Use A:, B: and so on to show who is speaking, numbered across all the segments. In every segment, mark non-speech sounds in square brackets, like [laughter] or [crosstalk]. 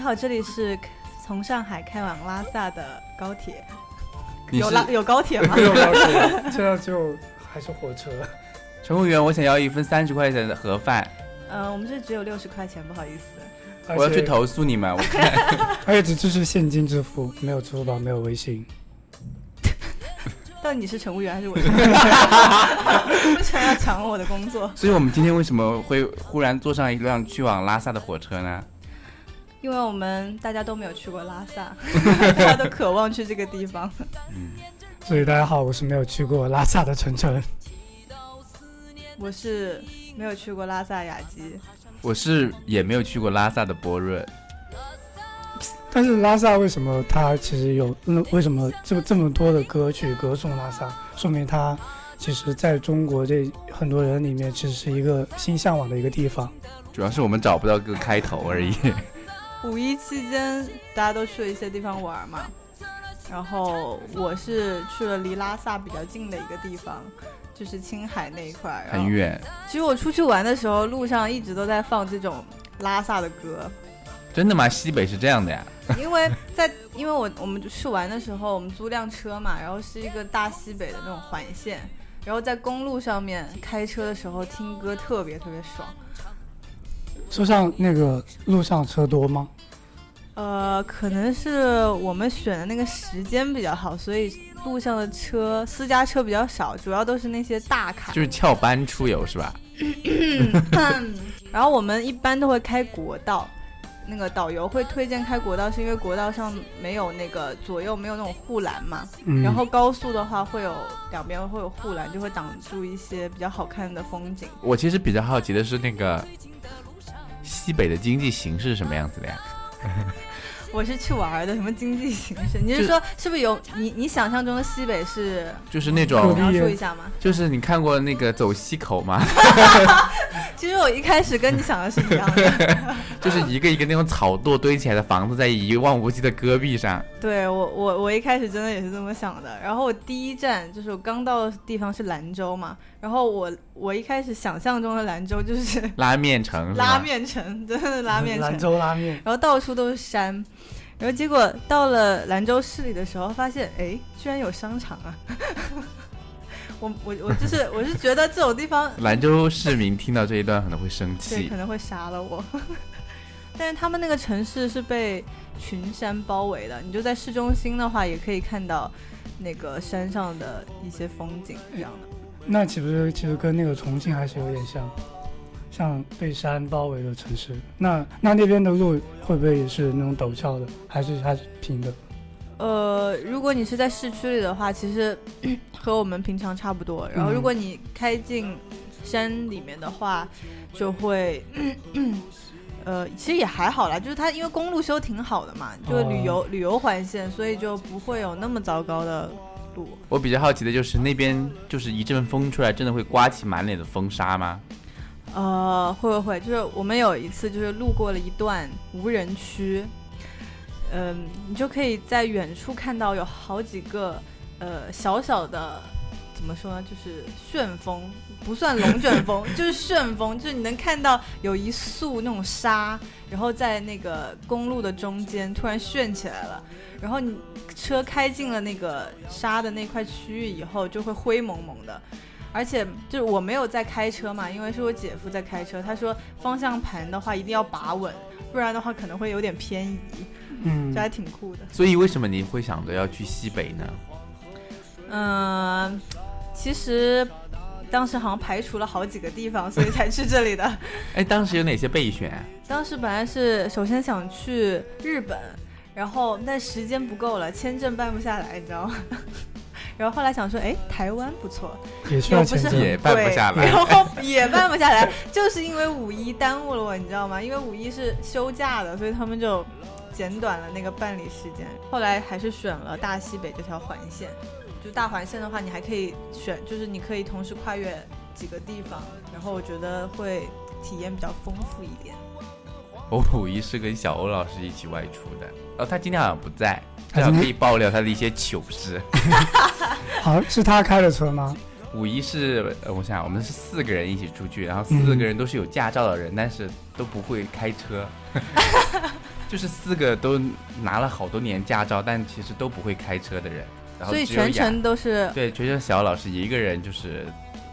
A: 好这里是从上海开往拉萨的高铁，
B: 你
A: 有
B: 是
A: 拉有高铁
C: [laughs]
A: 吗 [laughs]
C: 没？有
B: [laughs]
C: 高铁，现在就还是火车。
B: 乘务员，我想要一份三十块钱的盒饭，
A: 呃，我们这只有六十块钱，不好 [laughs] 意思。
C: 而
B: [laughs] 我要去
C: 且
B: 投诉你们。我 [laughs]
C: 而且只支持现金支付，没有支付宝，没有微信。
A: 到底你是乘务员还是我是乘务员？为什么要抢我的工作？
B: 所以我们今天为什么会忽然坐上一辆去往拉萨的火车呢？
A: [laughs] 因为我们大家都没有去过拉萨， [laughs] 大家都渴望去这个地方。
B: 嗯
C: 所以大家好，我是没有去过拉萨的晨晨。
A: 我是没有去过拉萨雅集，
B: 我是也没有去过拉萨的博润，
C: 但是拉萨为什么它其实有那为什么这么这么多的歌曲歌颂拉萨，说明它其实在中国这很多人里面其实是一个心向往的一个地方。
B: 主要是我们找不到个开头而已。
A: 五一期间大家都去了一些地方玩嘛，然后我是去了离拉萨比较近的一个地方，就是青海那一块儿。然
B: 很
A: 后
B: 远，
A: 其实我出去玩的时候，路上一直都在放这种拉萨的歌，
B: 真的吗？西北是这样的呀？
A: 因为在因为我我们去玩的时候，我们租辆车嘛，然后是一个大西北的那种环线，然后在公路上面开车的时候听歌特别特别爽。
C: 车上那个路上车多吗？
A: 呃，可能是我们选的那个时间比较好，所以路上的车私家车比较少，主要都是那些大卡。
B: 就是翘班出游是吧？
A: 然后我们一般都会开国道，那个导游会推荐开国道，是因为国道上没有那个左右没有那种护栏嘛。
C: 嗯
A: 然后高速的话会有两边会有护栏，就会挡住一些比较好看的风景。
B: 我其实比较好奇的是那个西北的经济形势是什么样子的呀？
A: 我是去玩儿的，什么经济形势？你
B: 就是
A: 说是不是有你你想象中的西北是？
B: 就是那
C: 各
B: 种
C: 地，
A: 描述一下吗？
B: 就是你看过那个走西口吗？ [laughs]
A: 其实我一开始跟你想的是一样的。
B: 就是一个一个那种草垛堆起来的房子，在一望无际的戈壁上。
A: 对我，我我一开始真的也是这么想的。然后我第一站就是我刚到的地方是兰州嘛，然后我我一开始想象中的兰州就是 [laughs]
B: 拉面城是吧
A: 拉面城，真的是拉面
C: 嗯兰
A: 城，
C: 州拉面，
A: 然后到处都是山。然后结果到了兰州市里的时候，发现哎，居然有商场啊！ [laughs] 我我我就是我是觉得这种地方
B: 兰州市民听到这一段可能会生
A: 对
B: 气
A: 可，能会杀了我， [laughs] 但是他们那个城市是被群山包围的，你就在市中心的话，也可以看到那个山上的一些风景这样的。
C: 那岂不是其实跟那个重庆还是有点像，像被山包围的城市。那那那边的路会不会也是那种陡峭的，还是还是平的？
A: 呃，如果你是在市区里的话，其实 [coughs] 和我们平常差不多。然后，如果你开进山里面的话，就会 [coughs] 呃，其实也还好啦，就是它因为公路修挺好的嘛，就是旅游、旅游环线，所以就不会有那么糟糕的路。
B: 我比较好奇的就是那边就是一阵风出来，真的会刮起满脸的风沙吗？
A: 呃，会会会，就是我们有一次就是路过了一段无人区，嗯、你就可以在远处看到有好几个呃小小的，怎么说呢，就是旋风，不算龙卷风，就是旋风，就是你能看到有一束那种沙，然后在那个公路的中间突然旋起来了，然后你车开进了那个沙的那块区域以后，就会灰蒙蒙的。而且就是我没有在开车嘛，因为是我姐夫在开车。他说方向盘的话一定要把稳，不然的话可能会有点偏移，
C: 嗯
A: 这还挺酷的。
B: 所以为什么你会想着要去西北呢？
A: 嗯，其实当时好像排除了好几个地方，所以才去这里的。
B: 哎，当时有哪些备选啊？
A: [laughs] 当时本来是首先想去日本，然后但时间不够了，签证办不下来，你知道吗？ [laughs] 然后后来想说，哎，台湾不错，
C: 也需要
A: 又不
C: 签
A: 是
C: 证
A: 很
B: 也办不下来
A: 对然后也办不下来，就是因为五一耽误了我，你知道吗？因为五一是休假的，所以他们就减短了那个办理时间。后来还是选了大西北这条环线，就大环线的话，你还可以选，就是你可以同时跨越几个地方，然后我觉得会体验比较丰富一点。
B: 我五一是跟小欧老师一起外出的，哦，他今天好像不在，
C: 他
B: 这
C: 今
B: 样
C: 天
B: 可以爆料他的一些糗事。
C: 好，是他开的车吗？
B: 五一是，呃我想想我们是四个人一起出去，然后四个人都是有驾照的人，但是都不会开车， [laughs] 就是四个都拿了好多年驾照，但其实都不会开车的人，然后
A: 所以
B: 只有
A: 全
B: 雅
A: 程都
C: [laughs]
A: 是
B: 对全程小老师一个人就是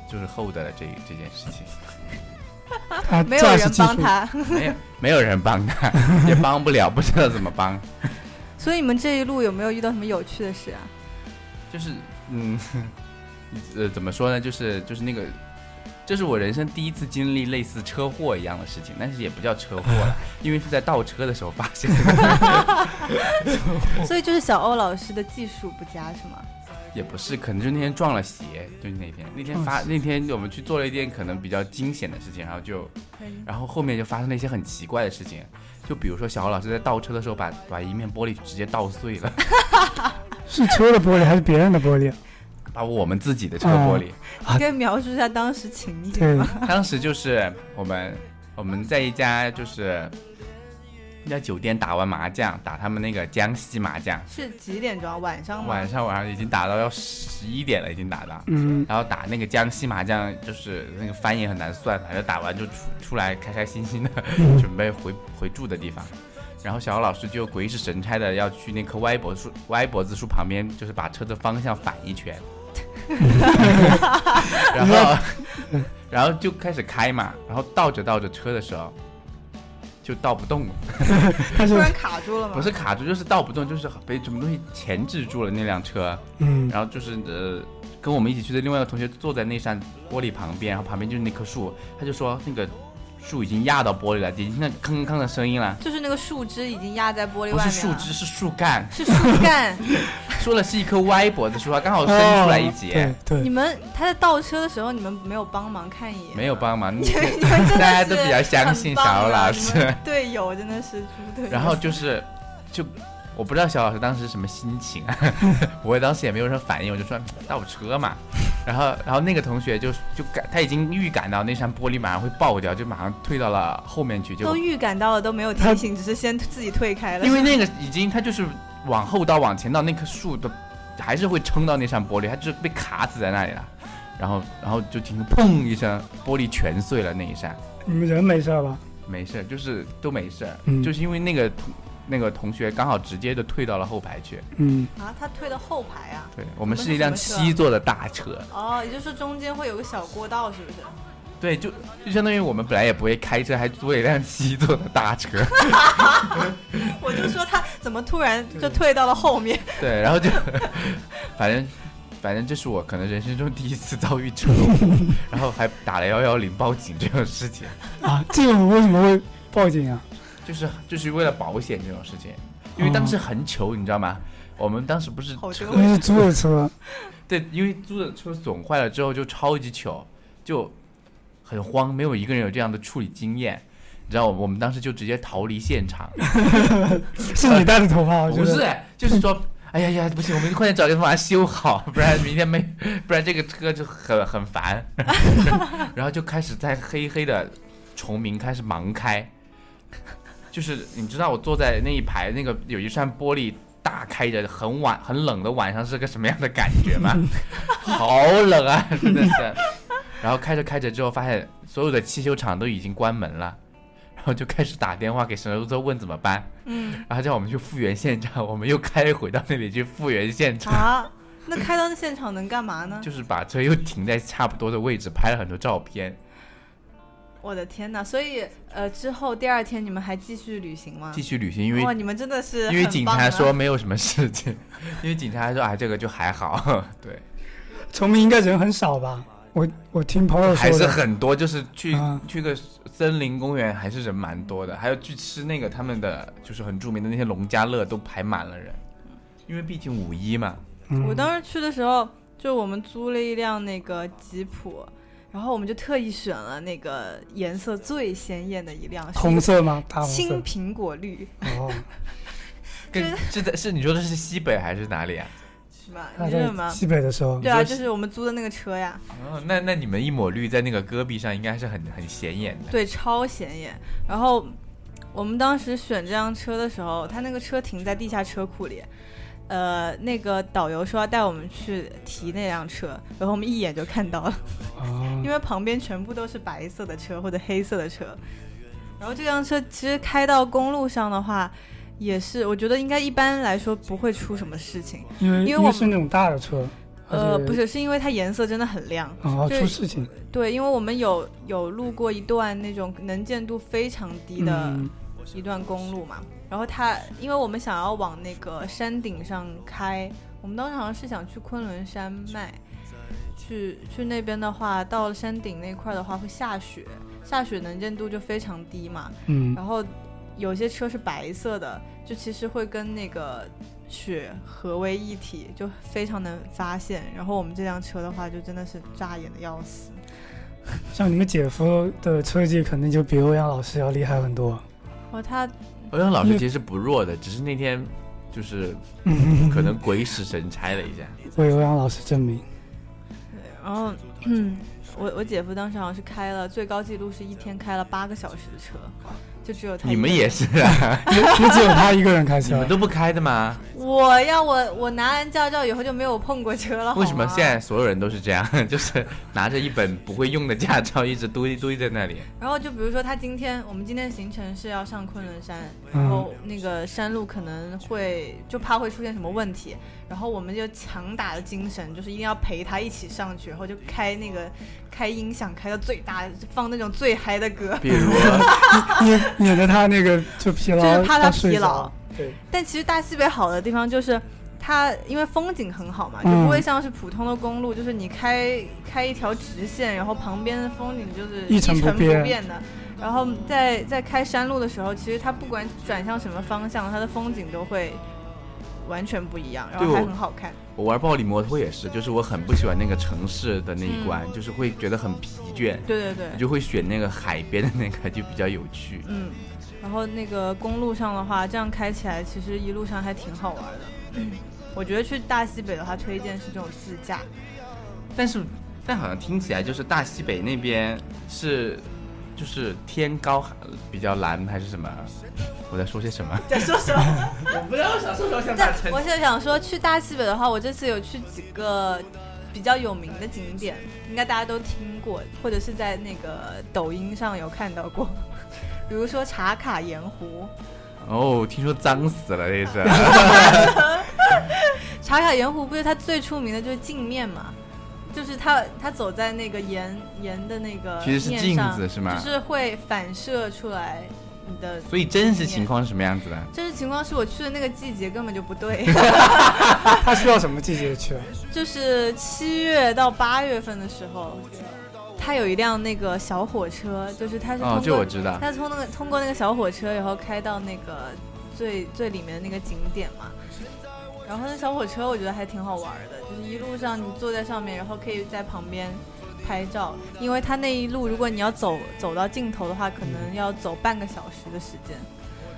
B: 就是后的了这这件事
A: [laughs]
B: 情。
C: 他
A: [laughs] 没有
C: 驾驶
A: 人
C: 技
A: 帮
C: 术
A: 他， [laughs]
B: 没有没有人帮他，也帮不了，不知道怎么帮。
A: 所以你们这一路有没有遇到什么有趣的事啊？
B: 就是嗯， [laughs] 呃，怎么说呢？就是就是那个，这是我人生第一次经历类似车祸一样的事情，但是也不叫车祸了，因为是在倒车的时候发生的， [laughs]
A: 所以就是小欧老师的技术不佳是吗？
B: 也不是，可能就那天撞了鞋，就是那天那天发那天我们去做了一件可能比较惊险的事情，然后就然后后面就发生了一些很奇怪的事情，就比如说小豪老师在倒车的时候把把一面玻璃直接倒碎了， [laughs]
C: 是车的玻璃还是别人的
A: [laughs]
C: 玻璃？
B: 把我们自己的车玻璃。
A: 你可以描述一下当时情景。
C: 对，
B: 当时就是我们我们在一家就是一家酒店打完麻将，打他们那个江西麻将，
A: 是几点钟啊？晚上吗
B: 晚？上晚上已经打到要十一点了，已经打到。
C: 嗯，
B: 然后打那个江西麻将，就是那个翻也很难算，反正打完就出出来开开心心的，准备回回住的地方。然后小姚老师就鬼使神差的要去那棵歪脖树歪脖子树旁边，就是把车的方向反一圈，然后然后就开始开嘛，然后倒着倒着车的时候就倒不动了，
C: 他
A: 突
C: 是
A: 然卡住了吗？
B: 不是卡住就是倒不动，就是被什么东西钳制住了那辆车。
C: 嗯
B: 然后就是呃，跟我们一起去的另外一个同学坐在那扇玻璃旁边，然后旁边就是那棵树，他就说那个树已经压到玻璃了，已经那吭吭的声音了，
A: 就是那个树枝已经压在玻璃
B: 不
A: 外面了。
B: 是树枝，是树干，
A: 是树
B: [laughs]
A: 干。
B: 说了是一棵歪脖子树啊，刚好伸出来一截，
C: 哦对
A: 你
C: 对，
A: 们他在倒车的时候，你们没有帮忙看一眼？
B: 没有帮
A: [laughs]
B: 忙，
A: 你们，你们真的是
B: 大家都比较相信小欧老师
A: 很棒啊。你们队友真的是猪队友。
B: [laughs] 然后就是就。我不知道小老师当时什么心情啊， [laughs] 我当时也没有什么反应，我就说倒车嘛，然后然后那个同学就就感他已经预感到那扇玻璃马上会爆掉，就马上退到了后面去，就
A: 都预感到了，都没有提醒，只是先自己退开了。
B: 因为那个已经，它就是往后倒、往前倒，那棵树的还是会撑到那扇玻璃，它就是被卡死在那里了。然后，然后就听砰一声，玻璃全碎了那一扇。
C: 你们人没事吧？
B: 没事，就是都没事，
C: 嗯
B: 就是因为那个同那个同学刚好直接就退到了后排去。
C: 嗯，
A: 啊，他退到后排啊。
B: 对我们
A: 你们
B: 是一
A: 是
B: 辆
A: 什么车啊
B: 七座的大车，
A: 哦，也就是说中间会有个小过道，是不是？
B: 对，就就相当于我们本来也不会开车，还租了一辆七座的大车，
A: 我就说他怎么突然就退到了后面，
B: 对，然后就反正反正这是我可能人生中第一次遭遇车祸，然后还打了幺幺零报警这种事情，
C: 啊，这种为什么会报警啊？
B: 就是就是为了保险这种事情，因为当时很穷，你知道吗？我们当时不是
A: 好这
B: 车
A: 个
C: 因为是租的车，
B: 对，因为租的车损坏了之后就超级糗，就很慌，没有一个人有这样的处理经验。你知道，我们当时就直接逃离现场，
C: 是你带的头发，我觉
B: 不
C: 得
B: 是，就是说，哎呀呀，不行，我们快点找地方把它修好，不然明天没，不然这个车就很很烦。 [laughs] 然后就开始在黑黑的虫鸣开始盲开，就是你知道我坐在那一排那个有一扇玻璃大开着，很晚很冷的晚上是个什么样的感觉吗？好冷啊，真的是。然后开着开着之后，发现所有的汽修厂都已经关门了，然后就开始打电话给神州车问怎么办。
A: 嗯
B: 然后叫我们去复原现场，我们又开回到那里去复原
A: [laughs]
B: 现场， [laughs]
A: 啊，那开到现场能干嘛呢？
B: 就是把车又停在差不多的位置，拍了很多照片，
A: 我的天哪！所以呃，之后第二天你们还继续旅行吗
B: 继？续旅行。因为
A: 哇，你们真的是
B: 因为
A: 很
B: 警
A: 棒
B: 察
A: 啊
B: 说没有什么事情，因为警察还说啊这个就还好，对，
C: 崇明应该人很少吧？我我听朋友
B: 还
C: 说
B: 是
C: 的，啊
B: 很多，就是去、
C: 嗯
B: 去个森林公园还是人蛮多的，还有去吃那个他们的就是很著名的那些农家乐都排满了人，因为毕竟五一嘛，
C: 嗯
A: 我当时去的时候，就我们租了一辆那个吉普，然后我们就特意选了那个颜色最鲜艳的一辆，是一
C: 红
A: 个
C: 色吗？大红
A: 青
C: 色
A: 苹果绿，
C: 哦，
A: [laughs]
B: 跟是在是你说的是西北还是哪里啊？
A: 是吧？
C: 那
A: 你认识
C: 在
A: 吗？
C: 西北的时候
A: 对啊，
B: 说
A: 就是我们租的那个车呀，
B: 哦，那那你们一抹绿在那个戈壁上应该是很很显眼的。
A: 对，超显眼。然后我们当时选这辆车的时候，他那个车停在地下车库里。呃，那个导游说要带我们去提那辆车，然后我们一眼就看到了。 [laughs]
C: 哦，
A: 因为旁边全部都是白色的车或者黑色的车，然后这辆车其实开到公路上的话，也是我觉得应该一般来说不会出什么事情。
C: 因为
A: 因为
C: 因
A: 我
C: 为
A: 们
C: 是那种大的车，
A: 呃，
C: 而且
A: 不是，是因为它颜色真的很亮。
C: 啊，
A: 对
C: 出事情
A: 对，因为我们有有路过一段那种能见度非常低的
C: 嗯
A: 一段公路嘛，然后它因为我们想要往那个山顶上开，我们当时好像是想去昆仑山脉，去去那边的话，到了山顶那块儿的话会下雪，下雪能见度就非常低嘛，
C: 嗯
A: 然后有些车是白色的，就其实会跟那个雪合为一体，就非常能发现。然后我们这辆车的话，就真的是扎眼的要死。
C: 像你们姐夫的车技肯定就比欧阳老师要厉害很多。
A: 哦，他
B: 欧阳老师其实不弱的，只是那天就是可能鬼使神差了一下。
C: 为欧阳老师
A: [laughs]
C: 证明，
A: 然后，嗯，我我姐夫当时好像是开了最高记录是一天开了八个小时的车，就只有他。
B: 你们也？是啊，
C: 也只有他一个人开
B: 你
C: 车
B: 们。都不开的吗？
A: 我要我我拿完驾照以后就没有碰过车了。
B: 为什么
A: 好啊吗
B: 现？在所有人都是这样？就是拿着一本不会用的驾照，一直堆堆在那里。
A: 然后就比如说他今天我们今天的行程是要上昆仑山，
C: 嗯
A: 然后那个山路可能会就怕会出现什么问题，然后我们就强打的精神就是一定要陪他一起上去，然后就开那个开音响开到最大，放那种最嗨的歌，
B: 比如，
C: 免免得他那个就疲劳，
A: 就是怕他
C: 睡
A: 疲劳
C: 着。对，
A: 但其实大西北好的地方就是它，因为风景很好嘛，就
C: 嗯
A: 不会像是普通的公路，就是你开开一条直线，然后旁边的风景就是
C: 一成
A: 成
C: 不
A: 不
C: 变
A: 变的。然后在在开山路的时候，其实它不管转向什么方向，它的风景都会完全不一样，然后
B: 对
A: 还
B: 我
A: 很好看。
B: 我玩暴力摩托也是，就是我很不喜欢那个城市的那一关，就是会觉得很疲倦，
A: 对对对
B: 我，就会选那个海边的那个，就比较有趣。
A: 嗯。然后那个公路上的话，这样开起来其实一路上还挺好玩的。嗯我觉得去大西北的话，推荐是这种自驾。
B: 但是，但好像听起来就是大西北那边是，就是天高呃比较蓝还是什么？我在说些什么？
A: [laughs] 在说什么？
B: 我不知道，想说什么想
A: 但我是想说，去大西北的话，我这次有去几个比较有名的景点，应该大家都听过，或者是在那个抖音上有看到过。 [laughs] 比如说茶卡盐湖，
B: 哦，听说脏死了那是。
A: 茶卡盐湖不是它最出名的就是镜面嘛，就是它它走在那个盐盐的那个
B: 其实是
A: 面
B: 镜
A: 上
B: 子是吗
A: 就是会反射出来你的。
B: [laughs] 所以真实情况是什么样
A: [laughs]
B: 子的？
A: 真实情况是我去的那个季节根本就不
B: [laughs]
A: 对，
C: 他需要什么季节去？啊
A: 就是七月到八月份的时候，他有一辆那个小火车，就是他是通
B: 哦
A: 过、，
B: 这我知道。
A: 他通那个通过那个小火车，然后开到那个最最里面的那个景点嘛。然后那小火车我觉得还挺好玩的，就是一路上你坐在上面，然后可以在旁边拍照，因为它那一路如果你要走走到尽头的话，可能要走半个小时的时间。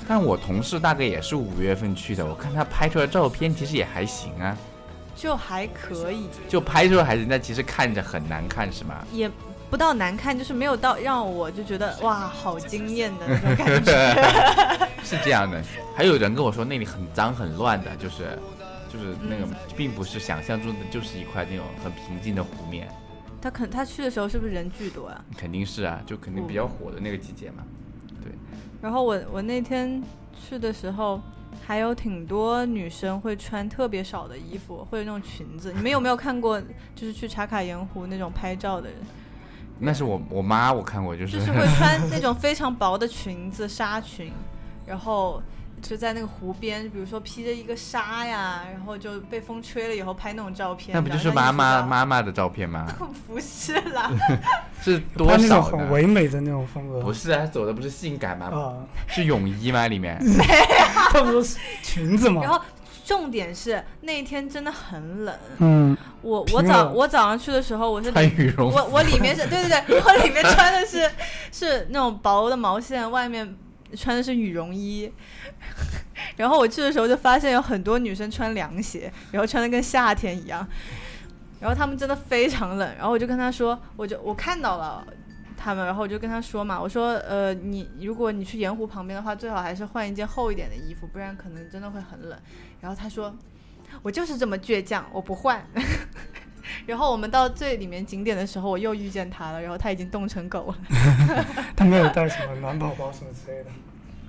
B: 但我同事大概也是五月份去的，我看他拍出来照片其实也还行啊，
A: 就还可以，
B: 就拍出来还行，但其实看着很难看是吗？
A: 也不到难看，就是没有到让我就觉得哇好惊艳的那种感觉。 [laughs]
B: 是这样的，还有人跟我说那里很脏很乱的，就是，就是那
A: 嗯
B: 个并不是想象中的，就是一块那种很平静的湖面，
A: 他肯他去的时候是不是人巨多啊？
B: 肯定是啊，就肯定
A: 嗯
B: 比较火的那个季节嘛。
A: 然后我我那天去的时候，还有挺多女生会穿特别少的衣服，或者那种裙子。你们有没有看过，就是去茶卡盐湖那种拍照的人，
B: 那是我我妈我看过，就是
A: 就是
B: [laughs]
A: 会穿那种非常薄的裙子、纱裙，然后。就在那个湖边，比如说披着一个纱呀，然后就被风吹了以后拍那种照片。
B: 那不就是
A: 然后
B: 妈
A: 让
B: 妈
A: 你知道？
B: 妈妈的照
A: [laughs]
B: 片吗？
A: 不是啦，
B: 是
C: 他
B: 多
C: 那种
B: 少
C: 很
B: 呢？
C: 唯美的那种风
B: 不
C: 格
B: 是啊，她走的不是性感吗？
C: 啊，
B: 是泳衣吗？里
C: [laughs]
B: 面
C: 他不是裙子
A: 然
C: 吗？
A: 后重点是那一天真的很冷。
C: 嗯，
A: 我我
C: 挺
A: 早
C: 冷
A: 我早上去的时候，我是
B: 穿羽绒服
A: 我我里面是对对对，我里面穿的是是那种薄的毛线，外面穿的是羽绒衣。 [laughs] 然后我去的时候就发现有很多女生穿凉鞋，然后穿的跟夏天一样。然后她们真的非常冷，然后我就跟她说，我就我看到了她们，然后我就跟她说嘛，我说呃，你如果你去盐湖旁边的话，最好还是换一件厚一点的衣服，不然可能真的会很冷。然后她说，我就是这么倔强，我不换。然后我们到最里面景点的时候，我又遇见他了，然后他已经冻成狗了。
C: 他没有带什么暖宝宝什么之类的。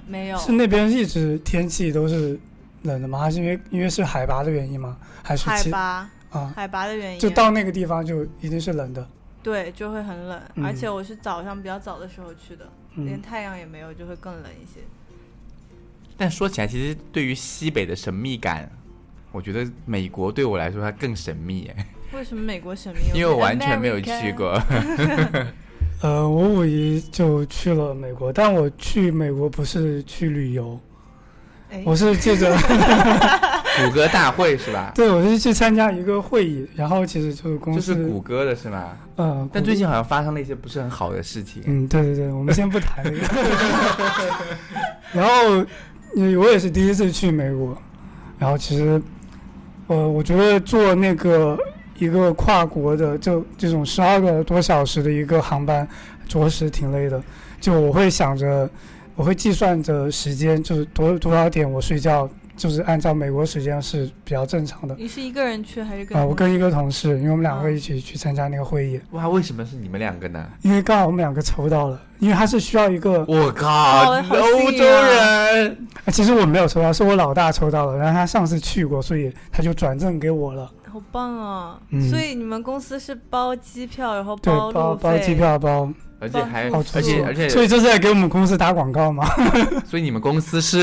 A: 没有，
C: 是那边一直天气都是冷的吗？还是因为因为是海拔的原因吗？还是
A: 海
C: 其
A: 拔，
C: 啊？
A: 海拔的原因。
C: 就到那个地方就一定是冷的。
A: 对，就会很冷，
C: 嗯
A: 而且我是早上比较早的时候去的，连
C: 嗯，
A: 太阳也没有，就会更冷一些。
B: 但说起来，其实对于西北的神秘感，我觉得美国对我来说它更神秘耶，
A: 为什么美国神秘？
B: 因为我完全没有去。过。
C: 呃，我五一就去了美国，但我去美国不是去旅游，
A: 哎，
C: 我是借着 [laughs]
B: 谷歌大会是吧？
C: 对我是去参加一个会议，然后其实就是公
B: 就
C: 司
B: 是谷歌的是吗？
C: 呃，
B: 但
C: 谷
B: 最近好像发生了一些不是很好的事情。
C: 嗯，对对对，我们先不谈这个。 [laughs] 然后，嗯我也是第一次去美国，然后其实，呃，我觉得坐那个一个跨国的就这种十二个多小时的一个航班，着实挺累的。就我会想着，我会计算着时间，就是多多少点我睡觉，就是按照美国时间是比较正常的。
A: 你是一个人去还是跟？
C: 啊、我跟一个同事，因为我们两
A: 啊
C: 个一起去参加那个会议，
B: 哇，为什么是你们两个呢？
C: 因为刚好我们两个抽到了，因为他是需要一个
B: 我靠，
A: 好幸运啊
B: 欧洲人！
C: [laughs] 啊，其实我没有抽到，是我老大抽到了，然后他上次去过，所以他就转赠给我了。
A: 好棒啊！
C: 嗯
A: 所以你们公司是包机票，然后
C: 对，
A: 路
C: 包
A: 费，
C: 包机票包，
B: 而且还，
A: 帮
C: 好啊
A: 助
B: 而且而
C: 所
B: 且，
C: 以这是在给我们公司打广告
A: [laughs]
C: 嘛？
B: 所以你们公司是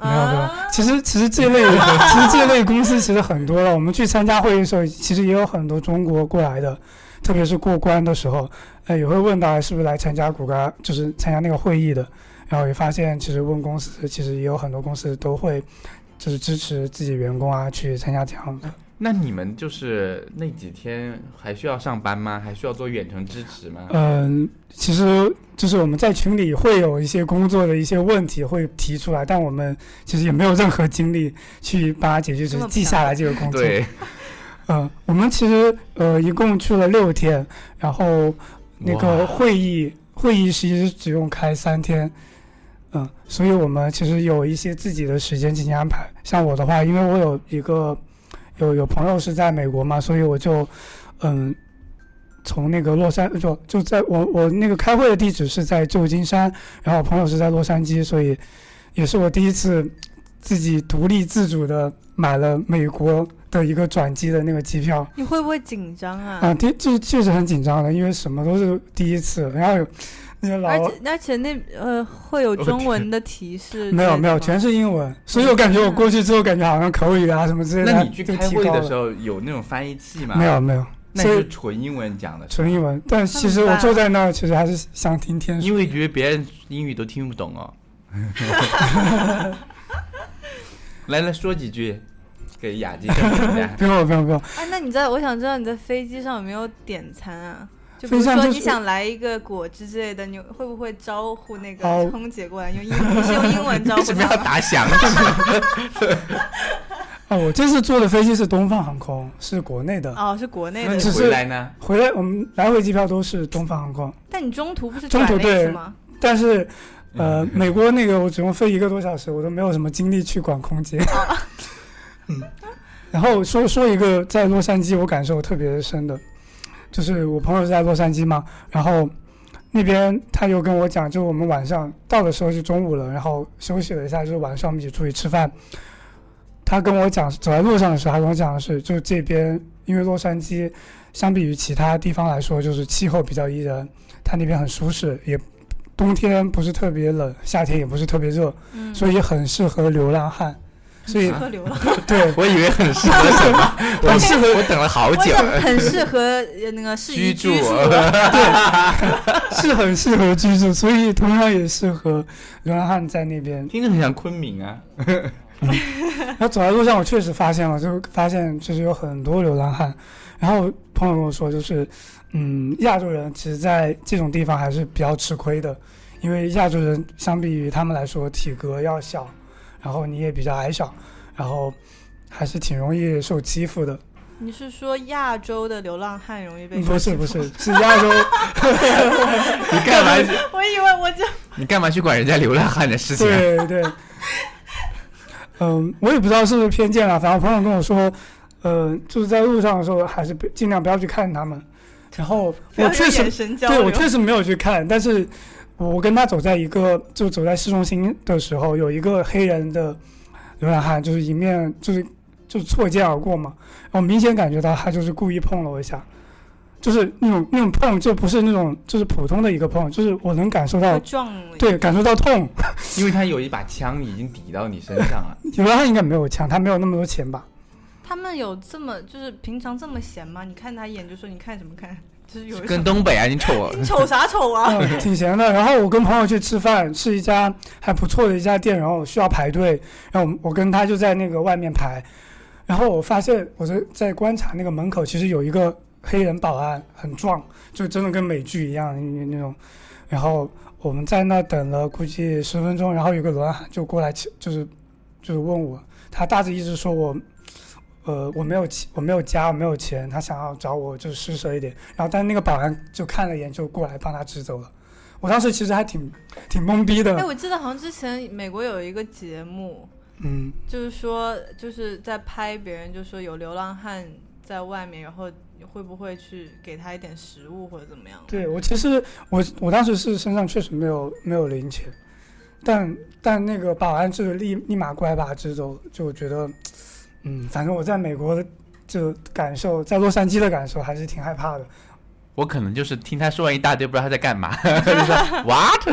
C: 没有没有
A: 啊，
C: 其实其实这
A: [laughs]
C: 类其实这类公司其实很多了。我们去参加会议的时候，其实也有很多中国过来的，特别是过关的时候，呃，也会问到哎是不是来参加谷歌，就是参加那个会议的。然后也发现，其实问公司，其实也有很多公司都会，就是支持自己员工啊去参加这样的。
B: 那你们就是那几天还需要上班吗？还需要做远程支持吗？
C: 嗯，其实就是我们在群里会有一些工作的一些问题会提出来，但我们其实也没有任何精力去把它解决，只
A: 这
C: 是
A: 么
C: 记下来这个工作。
B: 对，
C: 嗯，我们其实呃一共去了六天，然后那个
B: 哇
C: 会议会议其实只用开三天，嗯，所以我们其实有一些自己的时间进行安排。像我的话，因为我有一个有有朋友是在美国嘛，所以我就嗯从那个洛杉就就在我我那个开会的地址是在旧金山，然后我朋友是在洛杉矶，所以也是我第一次自己独立自主的买了美国的一个转机的那个机票。
A: 你会不会紧张啊？
C: 啊，第这确实很紧张的，因为什么都是第一次，然后有那些
A: 而
C: 老
A: 且而且那呃会有中文的提示之类的吗，
C: 没有没有全是英文，所以我感觉我过去之后感觉好像口语啊什么之类的，
B: 那你去
C: 就
B: 开
C: 提
B: 会
C: 高
B: 的
C: 了
B: 时候有那种翻译器吗？
C: 没有，没有，
B: 那
C: 所
B: 你
C: 以
B: 是纯英文讲的。
C: 纯英文，但其
A: 那
C: 实
A: 怎么
C: 我
A: 办
C: 坐在那儿其实还是想听天书。
B: 因为觉得别人英语都听不懂 [laughs] 哦。来来说几句，给雅静证明一 [laughs] 下。
C: 不用不用不用，
A: 哎，那你在我想知道你在飞机上有没有点餐啊？就比
C: 飞
A: 如
C: 机上
A: 说
C: 就是
A: 你想来一个果汁之类的，你会不会招呼那个
C: 哦
A: 空姐过来？用英你是用英文招
B: 为
C: [laughs]
A: 呼
B: 什么要
A: 她吗？
B: 打响？
C: 哦，我这次坐的飞机是东方航空，是国内的，
A: 哦，是国内
B: 那
A: 的
B: 你，
C: 只是
B: 回来呢？
C: 回来我们来回机票都是东方航空，
A: 但你中途不是
C: 中
A: 转
C: 途
A: 了一次
C: 对
A: 吗？
C: 但是呃，美国那个我只用飞一个多小时，我都没有什么精力去管空姐。 [laughs] 嗯，然后说说一个在洛杉矶我感受特别深的，就是我朋友是在洛杉矶嘛，然后那边他又跟我讲，就我们晚上到的时候是中午了，然后休息了一下，就是晚上我们一起出去吃饭。他跟我讲，走在路上的时候，他跟我讲的是，就这边因为洛杉矶相比于其他地方来说，就是气候比较宜人，他那边很舒适，也冬天不是特别冷，夏天也不是特别热，
A: 嗯，
C: 所以很适合流浪汉。所以
A: 适合流浪，
C: [laughs]
B: [laughs]
C: 对，
B: 我以为很适合什么，我
C: 适
B: 合，我等了好
A: 我
B: 久。
A: 想很适合呃那个适宜
B: [laughs] 居住啊
A: 住，
C: 是很适合居住，所以同样也适合流浪汉在
B: [laughs]
C: 那边。
B: 听着很像昆明啊，
C: 然后走在路上，我确实发现了，就发现就是有很多流浪汉。然后朋友跟我说，就是嗯，亚洲人其实在这种地方还是比较吃亏的，因为亚洲人相比于他们来说体格要小，然后你也比较矮小，然后还是挺容易受欺负的。
A: 你是说亚洲的流浪汉容易被？
C: 嗯不是不，是，是亚洲。
B: 你干嘛去？ [laughs]
A: [laughs] 我以为我就
B: 你干嘛去管人家流浪汉的事情啊？
C: 啊对对，嗯，我也不知道是不是偏见了，反正我朋友跟我说，呃，就是在路上的时候，还是不尽量不要去看他们。然后
A: 不
C: 我
A: 要
C: 确
A: 用
C: 实
A: 眼神交
C: 对
A: 流。
C: 我确实没有去看，但是我跟他走在一个就走在市中心的时候，有一个黑人的流浪汉，就是迎面就是就是错肩而过嘛，我明显感觉到他就是故意碰了我一下，就是那种那种碰就不是那种就是普通的一个碰，就是我能感受
A: 他
C: 到
A: 撞了，，
C: 哦对感受到痛。
B: 因为他有一把枪已经抵到你身上了。
C: 流浪汉应该没有枪，他没有那么多钱吧？
A: 他们有这么就是平常这么闲吗？你看他一眼就说你看什么看， [laughs] 就是有一
B: 跟
A: 种，
B: 东北啊，你瞅我
A: [laughs] 瞅啥瞅
C: [laughs]
A: 啊？ [laughs]
C: 嗯，挺闲的。然后我跟朋友去吃饭，是一家还不错的一家店，然后需要排队，然后我我跟他就在那个外面排，然后我发现我在在观察那个门口，其实有一个黑人保安，很壮，就真的跟美剧一样那那种。然后我们在那等了估计十分钟，然后有个流浪汉就过来，就是就是问我，他大致意思说我。呃，我没有钱，我没有家，我没有钱，他想要找我就是施舍一点，然后但是那个保安就看了一眼，就过来帮他支走了。我当时其实还挺挺懵逼
A: 哎，
C: 的，
A: 我记得好像之前美国有一个节目，
C: 嗯，
A: 就是说就是在拍别人，就说有流浪汉在外面，然后会不会去给他一点食物或者怎么样？
C: 对我其实我我当时是身上确实没有没有零钱，但但那个保安就是立立马过来把他支走，就我觉得，嗯，反正我在美国的这个感受，在洛杉矶的感受还是挺害怕的。
B: 我可能就是听他说完一大堆，不知道他在干嘛，就说 what？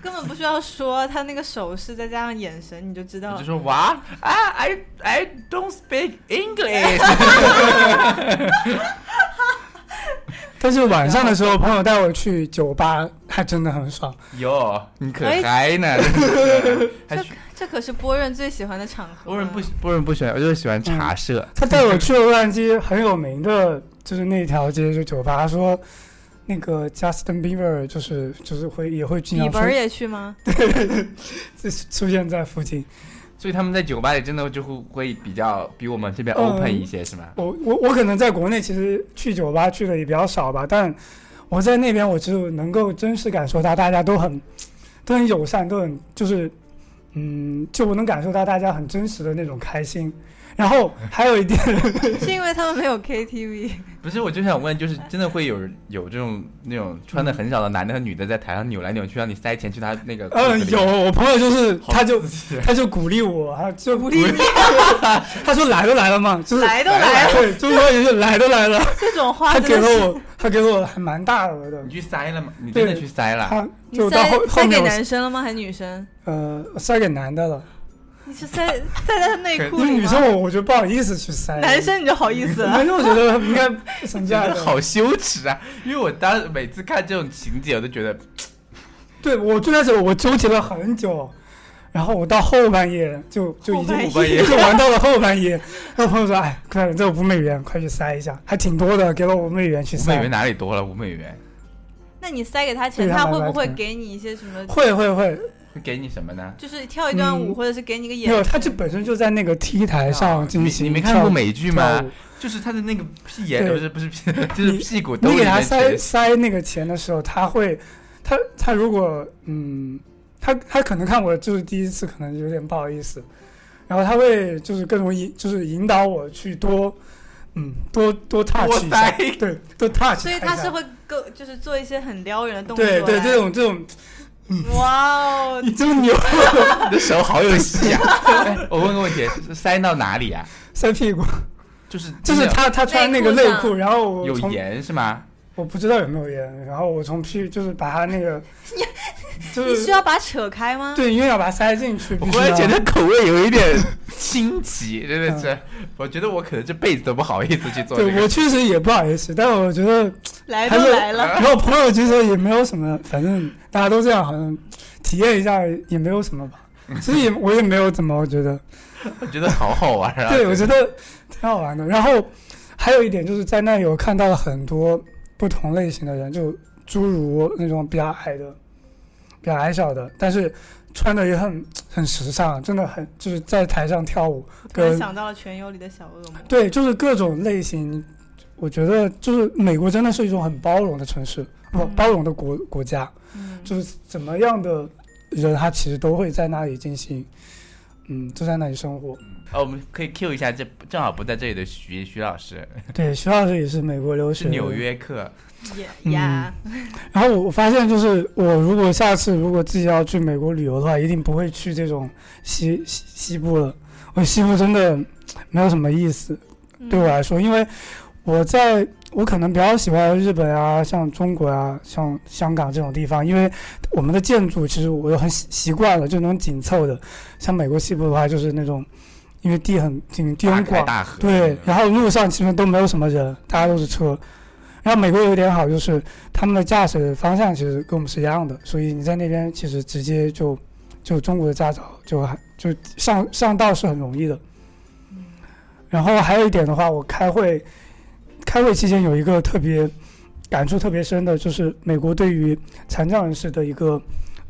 A: 根本不需要说，他那个手势再加上眼神，你就知道
B: 我就
C: [laughs]
A: 了。
B: 说 what 啊，I I don't speak [laughs] English 。
C: 但是晚上的时候，朋友带我去酒吧，还真的很爽。
B: 哟， [laughs] 哎你可嗨呢，真 [laughs] 是还
A: 这
B: 是
A: 这可是波润最喜欢的场合。
B: 波人不喜波人不喜欢，我就是喜欢茶社。
C: 他带我去了洛杉矶很有名的，就是那条街，就酒吧。他说，那个 Justin Bieber 就是就是会也会经
A: 李
C: 常
A: 本儿
C: 出
A: 也去吗？
C: 出现在附近。
B: 所以他们在酒吧里真的就会会比较比我们这边
C: 嗯
B: open 一些，是吗？
C: 我我我可能在国内其实去酒吧去的也比较少吧，但我在那边我就能够真实感受到大家都很都很友善，都很就是嗯，就我能感受到大家很真实的那种开心。然后还有一
B: [laughs]
C: 点，
A: 是因为他们没有 KTV。
B: 不是，我就想问，就是真的会有有这种那种穿的很少的男的和女的在台上扭来扭去，让你塞钱去他那个裤子
C: 嗯，
B: 里
C: 有我朋友就是
B: 好
C: 他就
B: 刺激
C: 他就鼓励我，他就
A: 鼓励你
C: [laughs] 他说来都来了嘛，就是
A: 来都来了，
C: 对，中国也是来都
A: [laughs]
C: 来了，
A: 这种话
C: 他给
A: 真
C: 了
A: 的是。
C: 我他给了我还蛮大额的
B: 你，去塞了吗？你真的
C: 对
B: 去塞了？
C: 他
A: 你
C: 就到
A: 塞
C: 后后
A: 塞给
C: 面我
A: 男生了吗？还是女生？
C: 呃我塞给男的了。
A: 你是塞塞在他内
C: 因
A: 裤
C: 为
A: 里
C: 女
A: 吗？
C: 生我我就不好意思去塞。
A: 男生你就好意思了。
C: 男生我觉得应该存
B: 啊觉 [laughs]
C: 在
B: 得
C: 的。
B: 好羞耻啊！因为我当每次看这种情节，我都觉得
C: 对我最开始我纠结了很久，然后我到后半夜就就已经
A: 后
B: 半夜
C: 就玩到了后半夜。 [laughs] 然后朋友说：“哎，快点，这五美元，快去塞一下，还挺多的，给了我五美元去
B: 五美元
C: 塞。
B: 哪里多了？五美元
A: 那你塞给他钱，
C: 对他
A: 他
C: 买
A: 会
C: 白
A: 不会
C: 糖
A: 给你一些什么？
C: 会会会，
B: 给你什么呢？
A: 就是跳一段舞，
C: 嗯
A: 或者是给你个眼
C: 没有，
A: 神。
C: 他就本身就在那个 T 台上进
B: 你啊
C: 行
B: 你没看过美剧
C: 剧
B: 吗？？就是他的那个屁眼，
C: 对
B: 不是不是屁，就是
C: 你
B: 屁股兜
C: 你
B: 里
C: 给他
B: 面全
C: 塞
B: 是。
C: 塞那个钱的时候，他会，他他如果嗯，他他可能看我就是第一次，可能有点不好意思，然后他会就是各种引就是引导我去多，嗯，多多 touch 一下，
B: 塞
C: 对，多 touch，
A: 所以
C: 一下
A: 他是会够，就是做一些很撩人的动作。
C: 对对这。嗯种这种
A: 哇哦！
C: 你这么牛
B: 你的手好有戏
C: [laughs]
B: 啊！哎我问个问题，是塞到哪里啊？
C: 塞
B: [laughs]
C: 屁股，
B: 就是
C: 就是他他穿那个
A: 内
C: 内
A: 裤上
C: 裤，然后我
B: 有
C: 从
B: 盐是吗？
C: 我不知道有没有烟，然后我从屁就是把他
A: [laughs]
C: 那个，就
A: 你需
C: 是
A: 要把它扯开吗？
C: 对，因为要把它塞进去，
B: 我
C: 必须
B: 忽然
C: 要
B: 觉得口味有一
C: [laughs]
B: 点清奇，真的是，我觉得我可能这辈子都不好意思去做这
C: 嗯对我
B: 个。
C: 确实也不好意思，但我觉得
A: 来
C: 还
A: 都
C: 是
A: 来了，
C: 然后朋友其实也没有什么，反正大家都这样，好像体验一下也没有什么吧。所以我也没有怎么，我觉得，
B: 我觉得好好玩啊！
C: 对我觉得挺好玩的。然后还有一点就是在那里我看到了很多不同类型的人，就诸如那种比较矮的、比较矮小的，但是穿的也很很时尚，真的很就是在台上跳舞，
A: 突然
C: 跟
A: 想到了《全游》里的小恶魔。
C: 呃对，就是各种类型。我觉得就是美国真的是一种很包容的城市，不
A: 嗯
C: 包容的国国家。
A: 嗯，
C: 就是怎么样的人，他其实都会在那里进行，嗯，就在那里生活。
B: 哦，我们可以 Q 一下这正好不在这里的徐徐老师，
C: 对，徐老师也是美国留学
B: 是
C: 的
B: 纽约客，
C: 嗯
A: 也呀，
C: 然后我我发现就是，我如果下次如果自己要去美国旅游的话，一定不会去这种西西西部了。我西部真的没有什么意思，嗯对啊我来说，因为我在我可能比较喜欢日本啊，像中国啊，像香港这种地方，因为我们的建筑其实我又很习习惯了，就那种紧凑的。像美国西部的话，就是那种因为地很紧，地
B: 大
C: 很
B: 开
C: 广，
B: 大合，
C: 对，然后路上其实都没有什么人，大家都是车。然后美国有一点好就是他们的驾驶方向其实跟我们是一样的，所以你在那边其实直接就就中国的驾照就还就上上道是很容易的。然后还有一点的话，我开会开会期间有一个特别感触特别深的，就是美国对于残障人士的一个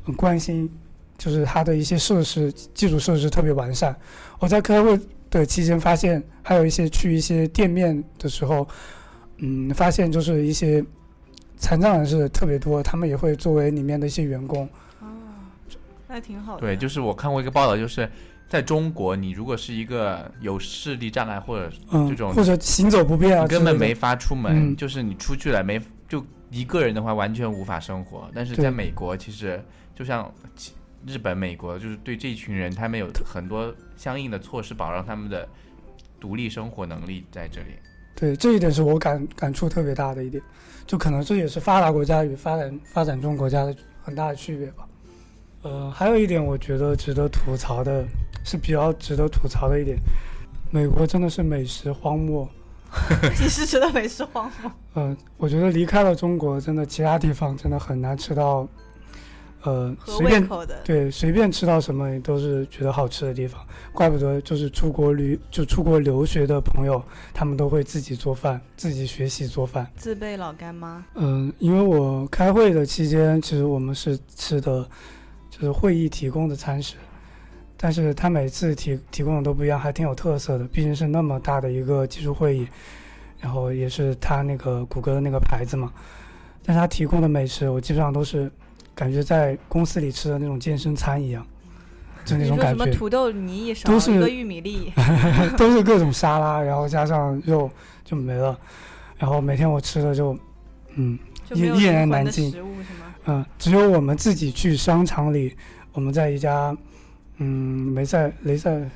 C: 嗯关心，就是他的一些设施基础设施特别完善。我在开会的期间发现，还有一些去一些店面的时候，嗯，发现就是一些残障人士特别多，他们也会作为里面的一些员工。
A: 哦，那挺好的。
B: 对，就是我看过一个报道，就是在中国，你如果是一个有视力障碍或者
C: 嗯，
B: 这种
C: 或者行走不便啊
B: 你
C: 之类
B: 根
C: 的，
B: 本没法出门，
C: 嗯
B: 就是你出去了没就一个人的话，完全无法生活。但是
C: 对
B: 在美国，其实就像其日本、美国，就是对这群人，他们有很多相应的措施，保障他们的独立生活能力在这里。
C: 对这一点是我感感触特别大的一点，就可能这也是发达国家与发展发展中国家的很大的区别吧。呃，还有一点我觉得值得吐槽的，是比较值得吐槽的一点，美国真的是美食荒漠。
A: [laughs] 你是觉得美食荒漠？
C: 呃，我觉得离开了中国，真的其他地方真的很难吃到，呃，
A: 合
C: 随
A: 胃
C: 便
A: 口的，
C: 对随便吃到什么你都是觉得好吃的地方，怪不得就是出国旅就出国留学的朋友，他们都会自己做饭，自己学习做饭。
A: 自备老干妈。
C: 嗯，因为我开会的期间，其实我们是吃的，就是会议提供的餐食，但是他每次提提供的都不一样，还挺有特色的。毕竟是那么大的一个技术会议，然后也是他那个谷歌的那个牌子嘛，但他提供的美食，我基本上都是感觉在公司里吃的那种健身餐一样，就那
A: 你
C: 种
A: 说什
C: 感
A: 么啊
C: 觉，
A: 土豆泥一勺，
C: 都是
A: 一个玉米粒，
C: [laughs] 都是各种沙拉，然后加上肉就没了。然后每天我吃的就，嗯。
A: 就没有
C: 一一言
A: 灵魂
C: 难
A: 的
C: 尽
A: 食物是吗？
C: 嗯，只有我们自己去商场里，我们在一家，嗯，梅赛雷
B: [laughs]
C: 赛什么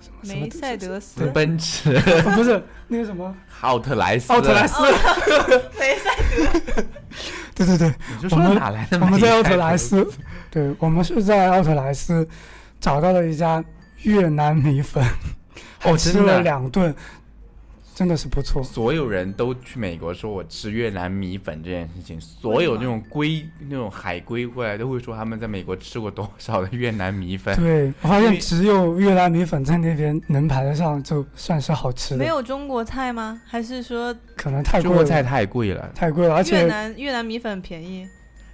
C: 什么什么
A: 梅赛德斯
B: 不
A: [laughs]
B: 是，奔驰、
C: 哦不是那个什么
B: 奥特莱斯、
C: 奥特莱，斯，
B: [laughs]
A: 梅赛
C: 对对对，
B: 你就
C: 我
B: 说
C: 们
B: 哪来的？
C: 我们在奥特莱，斯，对我们是在奥特莱斯找到了一家越南米粉，
B: 哦，
C: [laughs] 吃
B: 真
C: 了
B: 的。
C: 两顿，真的是不错。
B: 所有人都去美国说我吃越南米粉这件事情，所有那种龟、那种海归过来都会说他们在美国吃过多少的越南米粉。
C: 对，我发
B: 因
C: 现
B: 为
C: 只有越南米粉在那边能排得上，就算是好吃
A: 没
C: 的。
A: 有中国菜吗？还是说
C: 可能太
B: [laughs] 中
C: 贵
B: 国
C: 了，
B: 菜太贵了，
C: 太贵了，而
A: 越
C: 且
A: 南越南米粉便宜？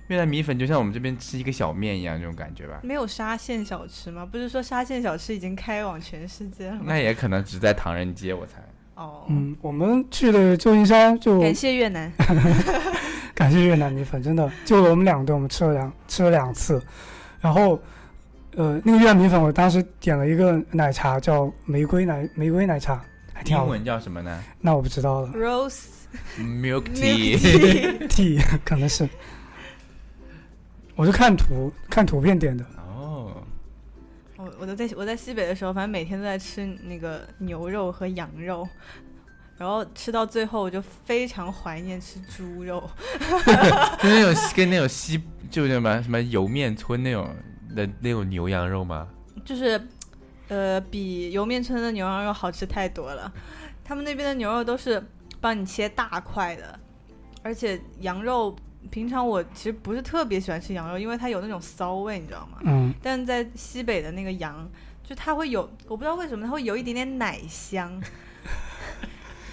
B: 越南米粉就像我们这边吃一个小面一样，这种感觉吧。
A: 没有沙县小吃吗？不是说沙县小吃已经开往全世界了吗？
B: 那也可能只在唐人街，我猜。
A: 哦，
C: 嗯，我们去的旧金山就
A: 感谢越南，
C: 感谢越南米粉，真的救了我们两顿，我们吃了两吃了两次，然后，呃，那个越南米粉，我当时点了一个奶茶，叫玫瑰奶玫瑰奶茶，还挺
B: 英
C: 好的。
B: 文叫什么呢
C: 那我不知道了 [laughs]
A: Rose Milk
B: ？Milk Tea。
A: Tea，
C: ，T 可能是，我是看图看图片点的。
B: 哦，
A: 我我都在我在西北的时候，反正每天都在吃那个牛肉和羊肉，然后吃到最后我就非常怀念吃猪肉，
B: 就那种跟那种西，就什么什么油面村那种的那种牛羊肉吗？
A: 就是呃比油面村的牛羊肉好吃太多了，他们那边的牛肉都是帮你切大块的，而且羊肉平常我其实不是特别喜欢吃羊肉，因为它有那种骚味，你知道吗？
C: 嗯，
A: 但在西北的那个羊，就它会有，我不知道为什么它会有一点点奶香，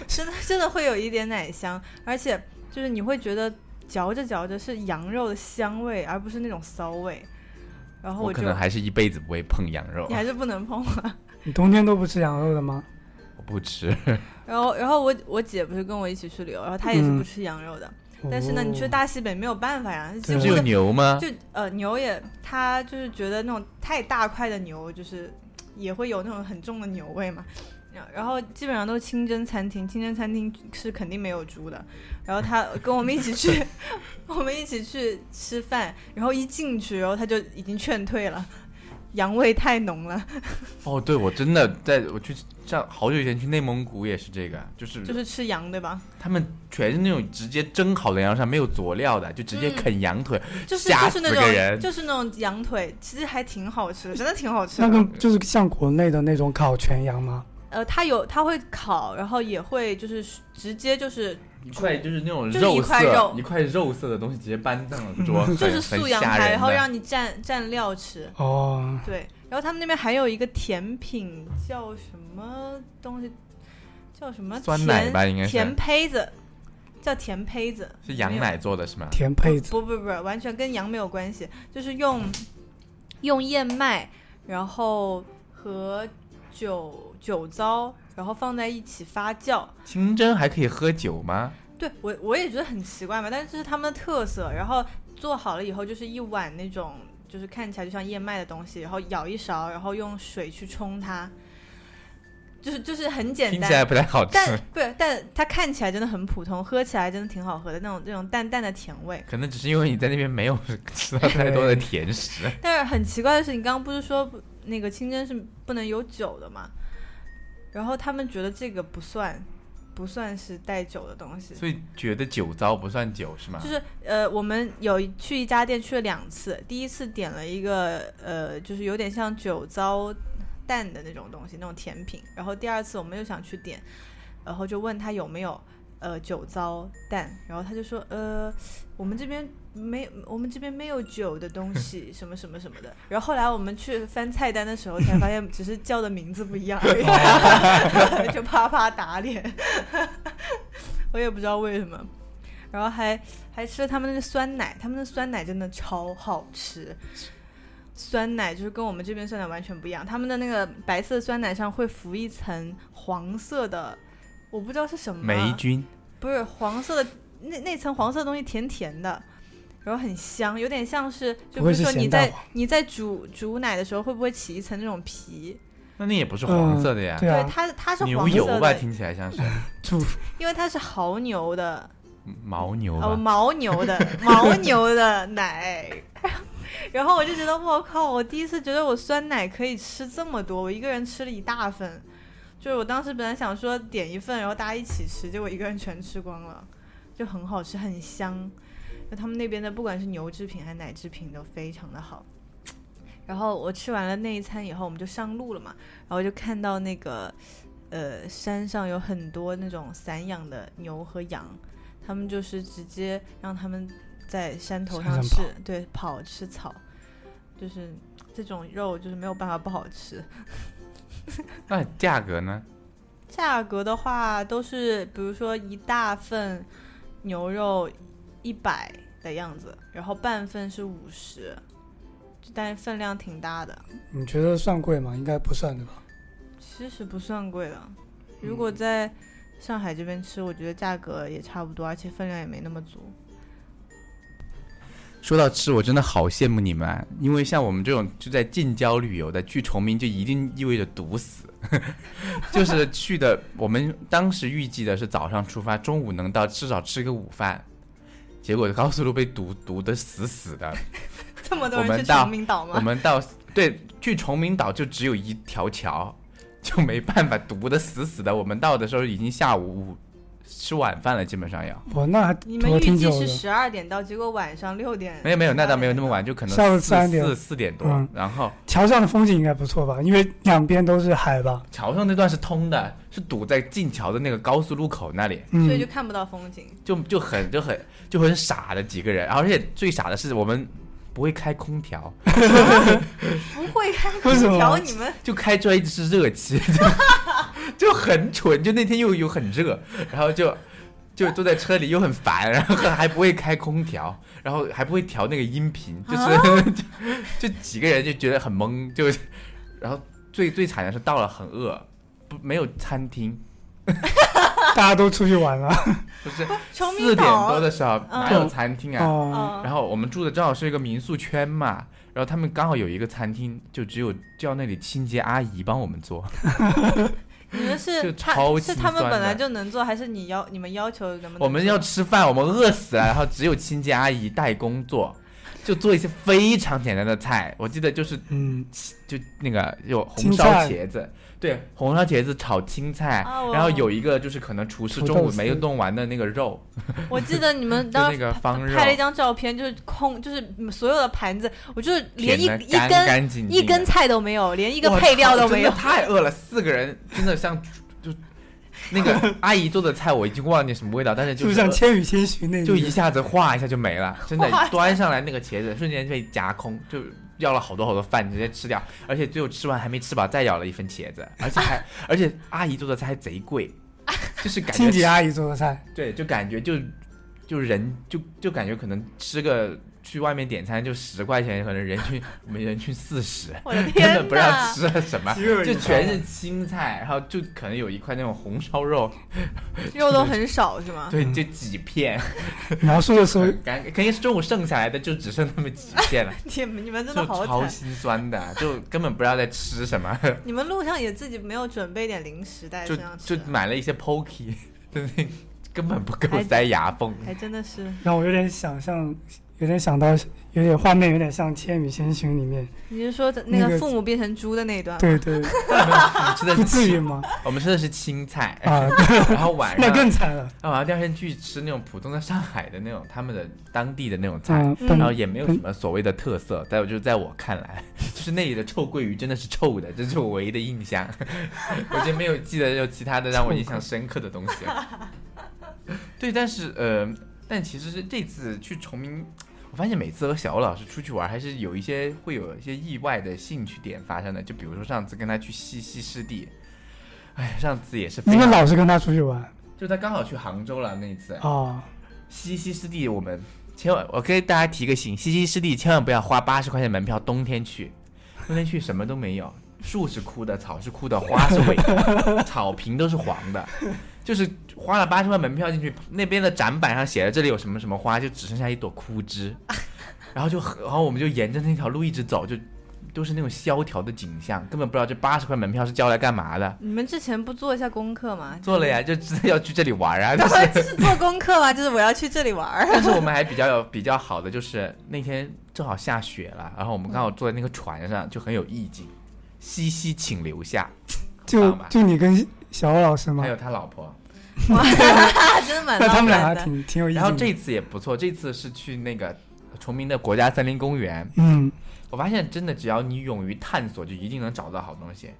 A: 真的真的会有一点奶香，而且就是你会觉得嚼着嚼着是羊肉的香味，而不是那种骚味。然后
B: 我可
A: 就
B: 能还是一辈子不会碰羊肉
A: 你，还是不能碰啊。
C: 你冬天都不吃羊肉的吗？
B: 我不吃。
A: 然后然后我我姐不是跟我一起去旅游，然后她也是不吃羊肉的，但是呢，你去
C: 哦
A: 大西北没有办法呀，几
C: 对
A: 乎
B: 只有
A: 就
B: 牛吗？
A: 就呃牛也，他就是觉得那种太大块的牛就是也会有那种很重的牛味嘛。然然后基本上都是清真餐厅，清真餐厅是肯定没有猪的。然后他跟我们一起去，我们一起去吃饭，然后一进去，然后他就已经劝退了， [laughs] 羊味太浓了，
B: 哦，对，我真的在我去上好久以前去内蒙古也是这个，就是
A: 就是吃羊对吧？
B: 他们全是那种直接蒸好的羊上没有佐料的，就直接
A: 嗯
B: 啃羊腿，
A: 就是
B: 吓
A: 就是那
B: 死个人
A: 种就是那种羊腿，其实还挺好吃的，真的挺好吃的。
C: 那个就是像国内的那种烤全羊吗？
A: 呃，它有它会烤，然后也会就是直接就是
B: 一块就是那种
A: 就是一
B: 肉
A: 块
B: 色，
A: 肉
B: 一块肉色的东西直接搬上了桌，
A: 就
B: 很
A: 是素
B: 很
A: 羊
B: 吓
A: 排，
B: 人
A: 然后
B: 的
A: 让你蘸蘸料吃。
C: 哦，
A: 对，然后他们那边还有一个甜品叫什么东西，叫什么
B: 酸奶
A: 甜
B: 吧，应该
A: 甜
B: 是
A: 胚子，叫甜胚子，
B: 是羊
A: 没有
B: 奶做的是吗？
C: 甜胚子
A: 不不不，完全跟羊没有关系，就是用用燕麦，然后和酒酒糟，然后放在一起发酵。
B: 清蒸还可以喝酒吗？
A: 对我我也觉得很奇怪嘛，但是这是他们的特色。然后做好了以后，就是一碗那种就是看起来就像燕麦的东西，然后舀一勺，然后用水去冲它，就是就是很简
B: 听起来
A: 单。
B: 不太好吃，
A: 但不是，但它看起来真的很普通，喝起来真的挺好喝的那种那种淡淡的甜味。
B: 可能只是因为你在那
A: [laughs]
B: 边没有吃到太多的甜食。
A: 但是很奇怪的是，你刚刚不是说不那个清真是不能有酒的嘛？然后他们觉得这个不算，不算是带酒的东西。
B: 所以觉得酒糟不算酒是吗
A: 就？是呃，我们有一去一家店去了两次，第一次点了一个呃，就是有点像酒糟蛋的那种东西，那种甜品。然后第二次我们又想去点，然后就问他有没有呃酒糟蛋，然后他就说呃，我们这边没，我们这边没有酒的东西，什么什么什么的。然后后来我们去翻菜单的时候才发现，只是叫的名字不一样而已，就啪啪打脸。 [laughs] 我也不知道为什么。然后还还吃了他们那个酸奶，他们的酸奶真的超好吃。酸奶就是跟我们这边酸奶完全不一样，他们的那个白色酸奶上会浮一层黄色的，我不知道是什么
B: 霉菌，
A: 不是黄色的那那层黄色的东西甜甜的，然后很香，有点像是就比
C: 不会
A: 如
C: 是
A: 说你
C: 咸蛋
A: 在你在煮煮奶的时候会不会起一层那种皮？
B: 那那也不是黄色的呀，
C: 对啊，
A: 它它是
B: 牛
A: 黄色
B: 油啊吧？
A: 的，
B: 听起
A: [laughs]
B: 来像是
C: 猪
A: 因为它是牦牛的
B: 牦牛
A: 哦
B: 吧？
A: 牦牛的牦牛的奶。 [laughs] 然后我就觉得，我靠！我第一次觉得我酸奶可以吃这么多，我一个人吃了一大份。就是我当时本来想说点一份，然后大家一起吃，结果一个人全吃光了，就很好吃，很香。就他们那边的，不管是牛制品还是奶制品，都非常的好。然后我吃完了那一餐以后，我们就上路了嘛，然后就看到那个，呃，山上有很多那种散养的牛和羊，他们就是直接让他们在山头上
C: 山上
A: 吃，对，跑吃草，就是这种肉就是没有办法不好吃。
B: 那价格呢？
A: 价格的话，都是比如说一大份牛肉一百的样子，然后半份是五十，但是分量挺大的，
C: 你觉得算贵吗？应该不算对吧？
A: 其实不算贵的。如
B: 嗯
A: 果在上海这边吃，我觉得价格也差不多，而且分量也没那么足。
B: 说到吃，我真的好羡慕你们啊，因为像我们这种就在近郊旅游的，去崇明就一定意味着堵死， [laughs] 就是去的。我们当时预计的是早上出发，中午能到，至少吃个午饭。结果高速路被堵堵得死死的，
A: 这么多
B: 我
A: 人
B: 们
A: 去
B: 到
A: 崇明岛
B: 我
A: 吗？
B: 们到对去崇明岛就只有一条桥，就没办法堵得死死的。我们到的时候已经下午午吃晚饭了，基本上要
C: 我那还
A: 你们
C: 我
A: 预
C: 挺
A: 计
C: 久
A: 是
C: 的，
A: 十二点到，结果晚上六点。
B: 没有没有，那倒没有那么
A: 晚。
B: 晚，就可能
C: 下午
B: 四
C: 3点
B: 四四点多，
C: 嗯
B: 然后。
C: 桥上的风景应该不错吧？因为两边都是海吧。
B: 桥上那段是通的，是堵在进桥的那个高速路口那里，
A: 所以就
C: 嗯，
A: 看不到风
B: [laughs]
A: 景，
B: 就就很就很就很傻的几个人，而且最傻的是我们不会开空调，
A: 不会开空
C: 为什么
A: 调，你们
B: [laughs] 就开出来一直是热气， [laughs] 就就很蠢，就那天又又很热，然后就就坐在车里又很烦，然后还不会开空调，然后还不会调那个音频，就是、 [laughs] 就就几个人就觉得很懵，就然后最最惨的是到了很饿，不没有餐厅，
C: 大家都出去
B: [laughs]
C: 玩了。
B: 不是。
A: 崇明
B: 四点
A: 岛
B: 多的时候，
A: 嗯
B: 哪有餐厅啊？
C: 哦，
A: 哦
B: 然后我们住的正好是一个民宿圈嘛，然后他们刚好有一个餐厅，就只有叫那里清洁阿姨帮我们做，
A: 你们
B: 就是
A: 他
B: 超
A: 是
B: 心
A: 他们
B: 酸
A: 本来
B: 的
A: 就能做，还是你要你们要求能不能做？
B: 我们要吃饭，我们饿死了，然后只有清洁阿姨代工做，就做一些非常简单的菜。我记得就是
C: 嗯，
B: 就那个有红
C: 青
B: 烧
C: 菜
B: 茄子，对，红烧茄子炒青菜，
A: 啊我
B: 然后有一个就是可能厨师
C: 土
B: 中午
C: 豆丝
B: 没有弄完的那个肉，
A: 我记得你们
B: [laughs] 就
A: 当
B: 那
A: 时
B: 个方肉，
A: 拍了一张照片，就是空，就是所有的盘子，我就是连一
B: 舔得
A: 一
B: 干
A: 根
B: 干净净
A: 一
B: 的
A: 根菜都没有，连一
B: 一
A: 个配料都没有。
B: 太饿了，四个人真的像就那
C: [laughs]
B: 个阿姨做的菜，我已经忘记什么味道，但是
C: 就是是像《千与千寻》那里
B: 就
C: 面
B: 一下子哗一下就没了，真的
A: 哗
B: 端上来那个茄子瞬间被夹空，就要了好多好多饭直接吃掉，而且最后吃完还没吃饱，再咬了一份茄子，而且还而且阿姨做的菜还贼贵，就是感
C: 清洁
B: 觉
C: 阿姨做的菜，
B: 对，就感觉就就人就就感觉可能吃个。去外面点餐就十块钱，可能人均我们人均四十，
A: 我的
B: 真的
A: 天
B: 不知道
A: 呐！
B: 吃了什么，就全是青菜，然后就可能有一块那种红烧肉，
A: 肉都很少是吗？
B: 对，
C: 嗯
B: 就几片，
C: 描述的时候，
B: 感肯定是中午剩下来的，就只剩那么几片了，
A: 你们你们真的
B: 就
A: 好
B: 超
A: 惨，
B: 心酸的，就根本不知道在吃什么，
A: 你们路上也自己没有准备点零食带
B: 就
A: 身上吃
B: 就
A: 的，
B: 买了一些 [laughs] pokey，对不对？根本不够塞牙缝。
A: 还真的是
C: 让我有点想象，有点想到，有点画面有点像《千与千寻》里面，
A: 你是说的
C: 那
A: 那个
C: 个
A: 父母变成猪的那一段？
C: 对对，
B: 我们吃的
C: 不
B: 是
C: 至于
A: [laughs]
B: 青，
C: 吗？
B: 我们吃的是青
C: [laughs]
B: 菜，
C: 啊，
B: 然后晚上，
C: [laughs] 那
B: 然
C: 更惨了，
B: 后晚上第二天去吃那种普通的上海的那种他们的当地的那种菜，
C: 嗯，
A: 嗯
C: 本
B: 然后也没有什么所谓的特色，在我就是在我看来， [laughs] 就是那里的臭鳜鱼真的是臭的，这是我唯一的印象。 [laughs] 我就没有记得有其他的让我印象深刻的东西了。对，但是呃，但其实是这次去崇明，我发现每次和小欧老师出去玩，还是有一些会有一些意外的兴趣点发生的。就比如说上次跟他去西溪湿地，哎，上次也是非
C: 你们
B: 常，
C: 老是跟他出去玩
B: 就他刚好去杭州了那一次，
C: 啊，
B: 西溪湿地，我们千万，我给大家提个醒：西溪湿地千万不要花八十块钱门票，冬天去，冬天去什么都没有，树是枯的，草是枯的，花是萎的，草坪都是黄的，就是花了八十块门票进去，那边的展板上写着这里有什么什么花，就只剩下一朵枯枝，然后就很，然后我们就沿着那条路一直走，就都是那种萧条的景象，根本不知道这八十块门票是交来干嘛的。
A: 你们之前不做一下功课吗？
B: 做了呀，就知道要去这里玩啊，
A: 就是，当
B: 但是
A: 然是 [laughs] 做功课嘛，就是我要去这里玩
B: [laughs]
A: 儿。
B: 但是我们还比较有比较好的，就是那天正好下雪了，然后我们刚好坐在那个船上，就很有意境。西西，请留下，
C: 就
B: 好吧
C: 就你跟小欧老师吗
B: 还？有他老婆。
A: 哇，真的蛮
C: 那他
A: 浪
C: 们俩还
A: 漫的。
C: 挺挺有意思。
B: 然后这次也不错，这次是去那个崇明的国家森林公园。
C: 嗯，
B: 我发现真的，只要你勇于探索，就一定能找到好东西。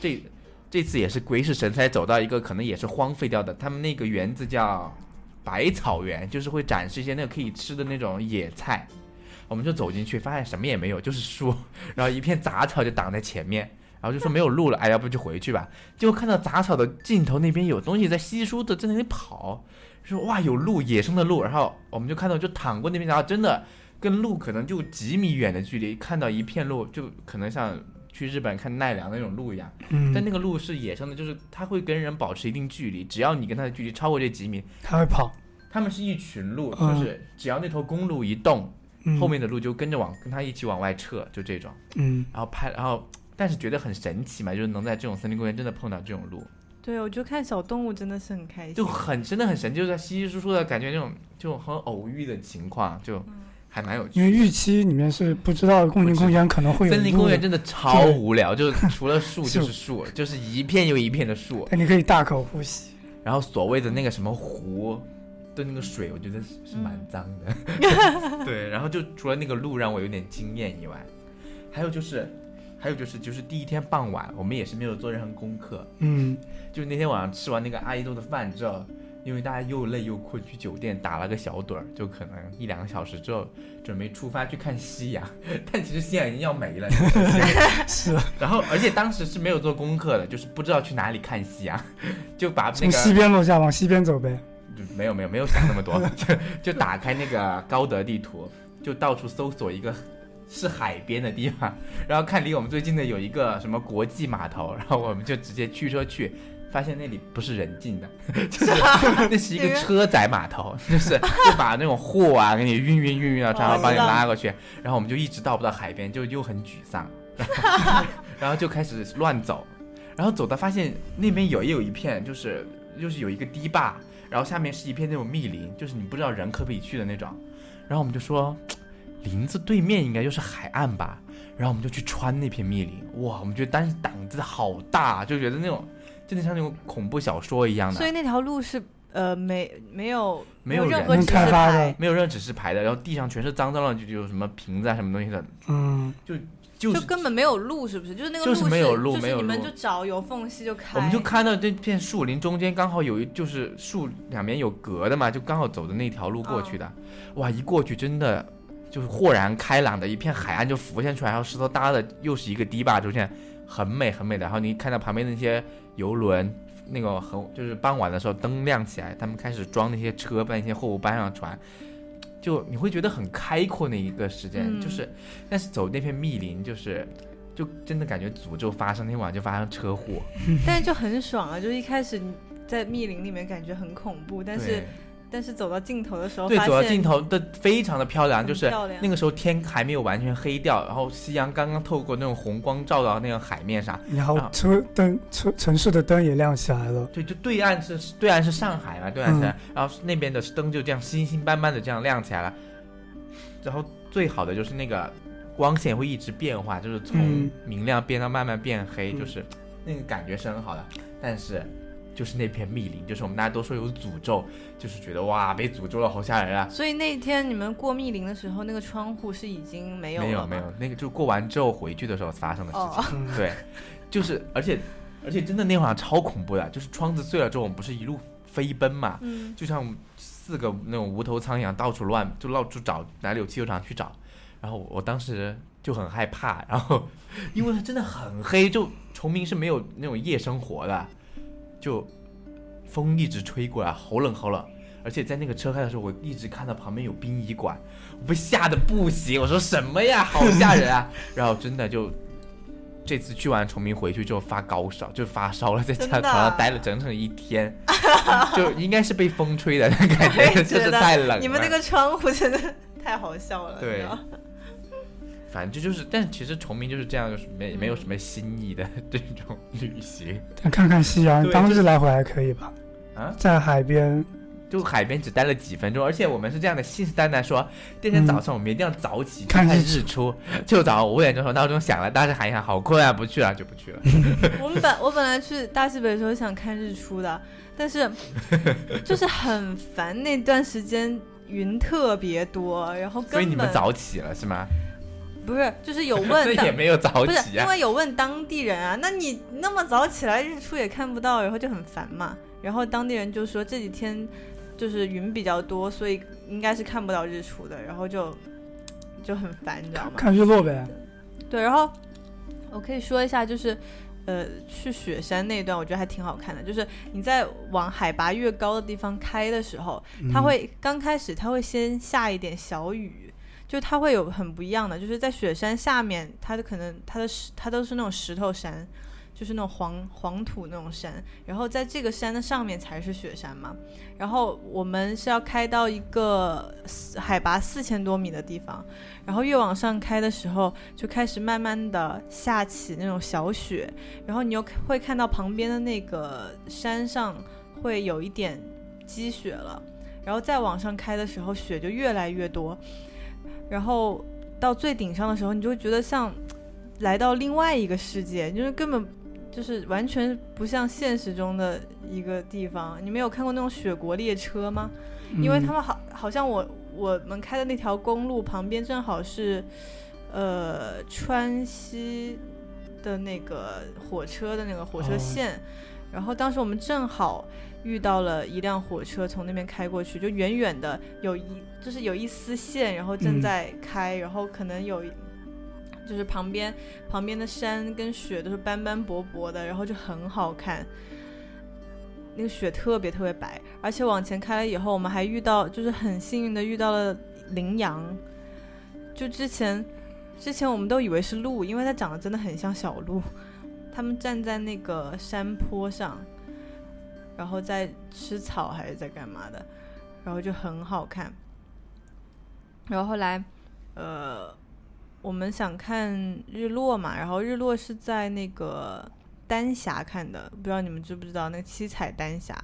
B: 这这次也是鬼使神差走到一个可能也是荒废掉的，他们那个园子叫百草园，就是会展示一些那个可以吃的那种野菜。我们就走进去，发现什么也没有，就是树， [laughs] 然后一片杂草就挡在前面，然后就说没有路了，哎，要不就回去吧。结果看到杂草的尽头那边有东西在稀疏的在那里跑，说哇有鹿，野生的鹿。然后我们就看到就淌过那边，然后真的跟鹿可能就几米远的距离，看到一片鹿，就可能像去日本看奈良那种鹿一样，但
C: 嗯，
B: 那个鹿是野生的，就是它会跟人保持一定距离，只要你跟它的距离超过这几米，
C: 他会跑，
B: 它们是一群鹿，就
C: 嗯
B: 是只要那头公鹿一动，
C: 嗯
B: 后面的鹿就跟着往跟它一起往外撤，就这种。
C: 嗯，
B: 然后拍，然后但是觉得很神奇嘛，就是能在这种森林公园真的碰到这种鹿，
A: 对，我就看小动物真的是很开心。
B: 就很真的很神奇，就是稀稀疏疏的感觉，那种就很偶遇的情况，就还蛮有趣的
C: 因为预期里面是不知道森林公园可能会有
B: 森林公园
C: 路的，
B: 真的超无聊，就是除了树
C: 是
B: 就是树，就是一片又一片的树。
C: 但你可以大口呼吸。
B: 然后所谓的那个什么湖的那个水，我觉得是是蛮脏的。 [laughs] 对，然后就除了那个路让我有点惊艳以外，还有就是，还有就是，就是第一天傍晚，我们也是没有做任何功课，
C: 嗯，
B: 就是那天晚上吃完那个阿姨做的饭之后，因为大家又累又困，去酒店打了个小盹儿，就可能一两个小时之后准备出发去看夕阳， [laughs] 但其实夕阳已经要没了。你知道吗
C: 是啊
B: 然后，而且当时是没有做功课的，就是不知道去哪里看夕阳， [laughs] 就把那
C: 从西
B: 个
C: 边落下往西边走呗。
B: 就没有没有没有想那
A: [laughs]
B: 么多，就就打开那个高德地图，就到处搜索一个是海边的地方，然后看离我们最近的有一个什么国际码头，然后我们就直接驱车去，发现那里不是人进的，
A: [laughs]
B: [laughs] 就是那是一个车载码头，就是就把那种货啊给你运运运
A: [laughs]
B: 运到船
A: 哦
B: 上，
A: 我
B: 帮你
A: 知道
B: 拉过去，然后我们就一直到不到海边，就又很沮丧， [laughs] 然后就开始乱走，然后走到发现那边有也有一片，就是就是有一个堤坝，然后下面是一片那种密林，就是你不知道人可不可以去的那种，然后我们就说。林子对面应该就是海岸吧，然后我们就去穿那片密林，哇，我们觉得当时胆子好大，就觉得那种真的像那种恐怖小说一样
A: 所以
B: 的，
A: 那条路是呃没没有
B: 没有
A: 任
B: 人
A: 何指示
C: 开发的
A: 牌，
B: 没有任何指示牌的，然后地上全是脏脏乱，就有什么瓶子啊什么东西的，
C: 嗯，
B: 就
A: 就是根本没有路，是不是？就是那个
B: 就
A: 路
B: 是没有路
A: 就是
B: 没有
A: 你们
B: 路
A: 就找有缝隙就开，
B: 我们就看到这片树林中间刚好有一就是树两边有隔的嘛，就刚好走的那条路过去的，哇，一过去真的就是豁然开朗的一片海岸就浮现出来，然后石头搭的又是一个堤坝出现，很美很美的。然后你看到旁边那些游轮，那个很就是傍晚的时候灯亮起来，他们开始装那些车，把那些货物搬上船。就你会觉得很开阔那一个时间，
A: 嗯
B: 就是，但是走那片密林，就是，就真的感觉诅咒发生，那天晚上就发生车祸，
A: 但是就很爽啊！就是一开始你在密林里面感觉很恐怖，但
B: 对
A: 是但是走到尽头的时候，
B: 对，
A: 发
B: 走到
A: 现
B: 尽头的非常的漂亮，
A: 很
B: 就是
A: 漂亮
B: 那个时候天还没有完全黑掉，然后夕阳刚刚透过那种红光照到那个海面上，
C: 然后
B: 啊
C: 车灯城城市的灯也亮起来了，
B: 对，就对岸是对岸是上海嘛，对岸是，
C: 嗯
B: 然后那边的灯就这样星星斑斑的这样亮起来了，然后最好的就是那个光线会一直变化，就是从
C: 嗯
B: 明亮变到慢慢变黑，
C: 嗯
B: 就是那个感觉是很好的，但是。就是那片密林，就是我们大家都说有诅咒，就是觉得哇被诅咒了，好吓人啊！
A: 所以那天你们过密林的时候，那个窗户是已经没有
B: 没有
A: 了
B: 没
A: 吗
B: 有，那个就过完之后回去的时候发生的事情。
A: 哦，
C: 嗯，
B: 对，就是而且而且真的那晚上超恐怖的，就是窗子碎了之后，我们不是一路飞奔嘛，
A: 嗯，
B: 就像四个那种无头苍蝇一样到处乱，就到处找哪里有汽修厂去找。然后我我当时就很害怕，然后因为真的很黑，就崇明是没有那种夜生活的，就风一直吹过来，好冷好冷。而且在那个车开的时候，我一直看到旁边有殡仪馆，我被吓得不行。我说什么呀，好吓
A: [laughs]
B: 人啊！然后真的就这次去完崇明回去之后发高烧，就发烧了，在家
A: 真的
B: 床
A: 啊
B: 上待了整整一天。
A: [laughs]
B: 就应该是被风吹的感
A: 我也觉
B: 觉，[laughs] 就是
A: 得
B: 太冷了。
A: 你们那个窗户真的太好笑了，你
B: 对
A: 知道
B: 反正就是，但其实崇明就是这样，就是没
A: 嗯
B: 没有什么新意的这种旅行
C: 但看看夕阳，
B: 对
C: 当日来回还可以吧？
B: 啊，
C: 在海边，
B: 就海边只待了几分钟，而且我们是这样的，信誓旦旦说第二天早上我们一定要早起去
C: 看
B: 看
C: 日
B: 日出，就早上五点钟的时候闹钟响了，当时喊一喊好困啊，不去了就
A: [laughs]
B: 不去了。
A: 我们本我本来去大西北的时候想看日出的，但是就是很烦那段时间云特别多，然后根
B: 所
A: 本
B: 以你们早起了是吗？
A: 不是就是有
B: 那 [laughs]
A: 问
B: 也
A: 的。
B: 没有早
A: 不是
B: 起
A: 因
B: 啊。
A: 为有问当地人啊，那你那么早起来日出也看不到，然后就很烦嘛。然后当地人就说这几天就是云比较多，所以应该是看不到日出的，然后就就很烦，你知道吗？
C: 看日落呗。
A: 对，然后我可以说一下，就是呃，去雪山那一段，我觉得还挺好看的。就是你在往海拔越高的地方开的时候，它
C: 嗯
A: 会刚开始它会先下一点小雨，就它会有很不一样的，就是在雪山下面，它的可能它的石它都是那种石头山，就是那种黄黄土那种山，然后在这个山的上面才是雪山嘛。然后我们是要开到一个四海拔四千多米的地方，然后越往上开的时候，就开始慢慢的下起那种小雪，然后你又会看到旁边的那个山上会有一点积雪了，然后再往上开的时候，雪就越来越多，然后到最顶上的时候，你就会觉得像来到另外一个世界，就是根本就是完全不像现实中的一个地方。你没有看过那种雪国列车吗？
C: 嗯
A: 因为他们好好像我我们开的那条公路旁边正好是，呃，川西的那个火车的那个火车
C: 哦
A: 线，然后当时我们正好遇到了一辆火车从那边开过去，就远远的有一就是有一丝线，然后正
C: 嗯
A: 在开，然后可能有一。就是旁边旁边的山跟雪都是斑斑驳驳的，然后就很好看。那个雪特别特别白，而且往前开了以后，我们还遇到，就是很幸运的遇到了羚羊。就之前，之前我们都以为是 [laughs] 鹿，因为它长得真的很像小鹿。他们站在那个山坡上，然后在吃草还是在干嘛的，然后就很好看。然后后来，呃，我们想看日落嘛，然后日落是在那个丹霞看的，不知道你们知不知道那个七彩丹霞。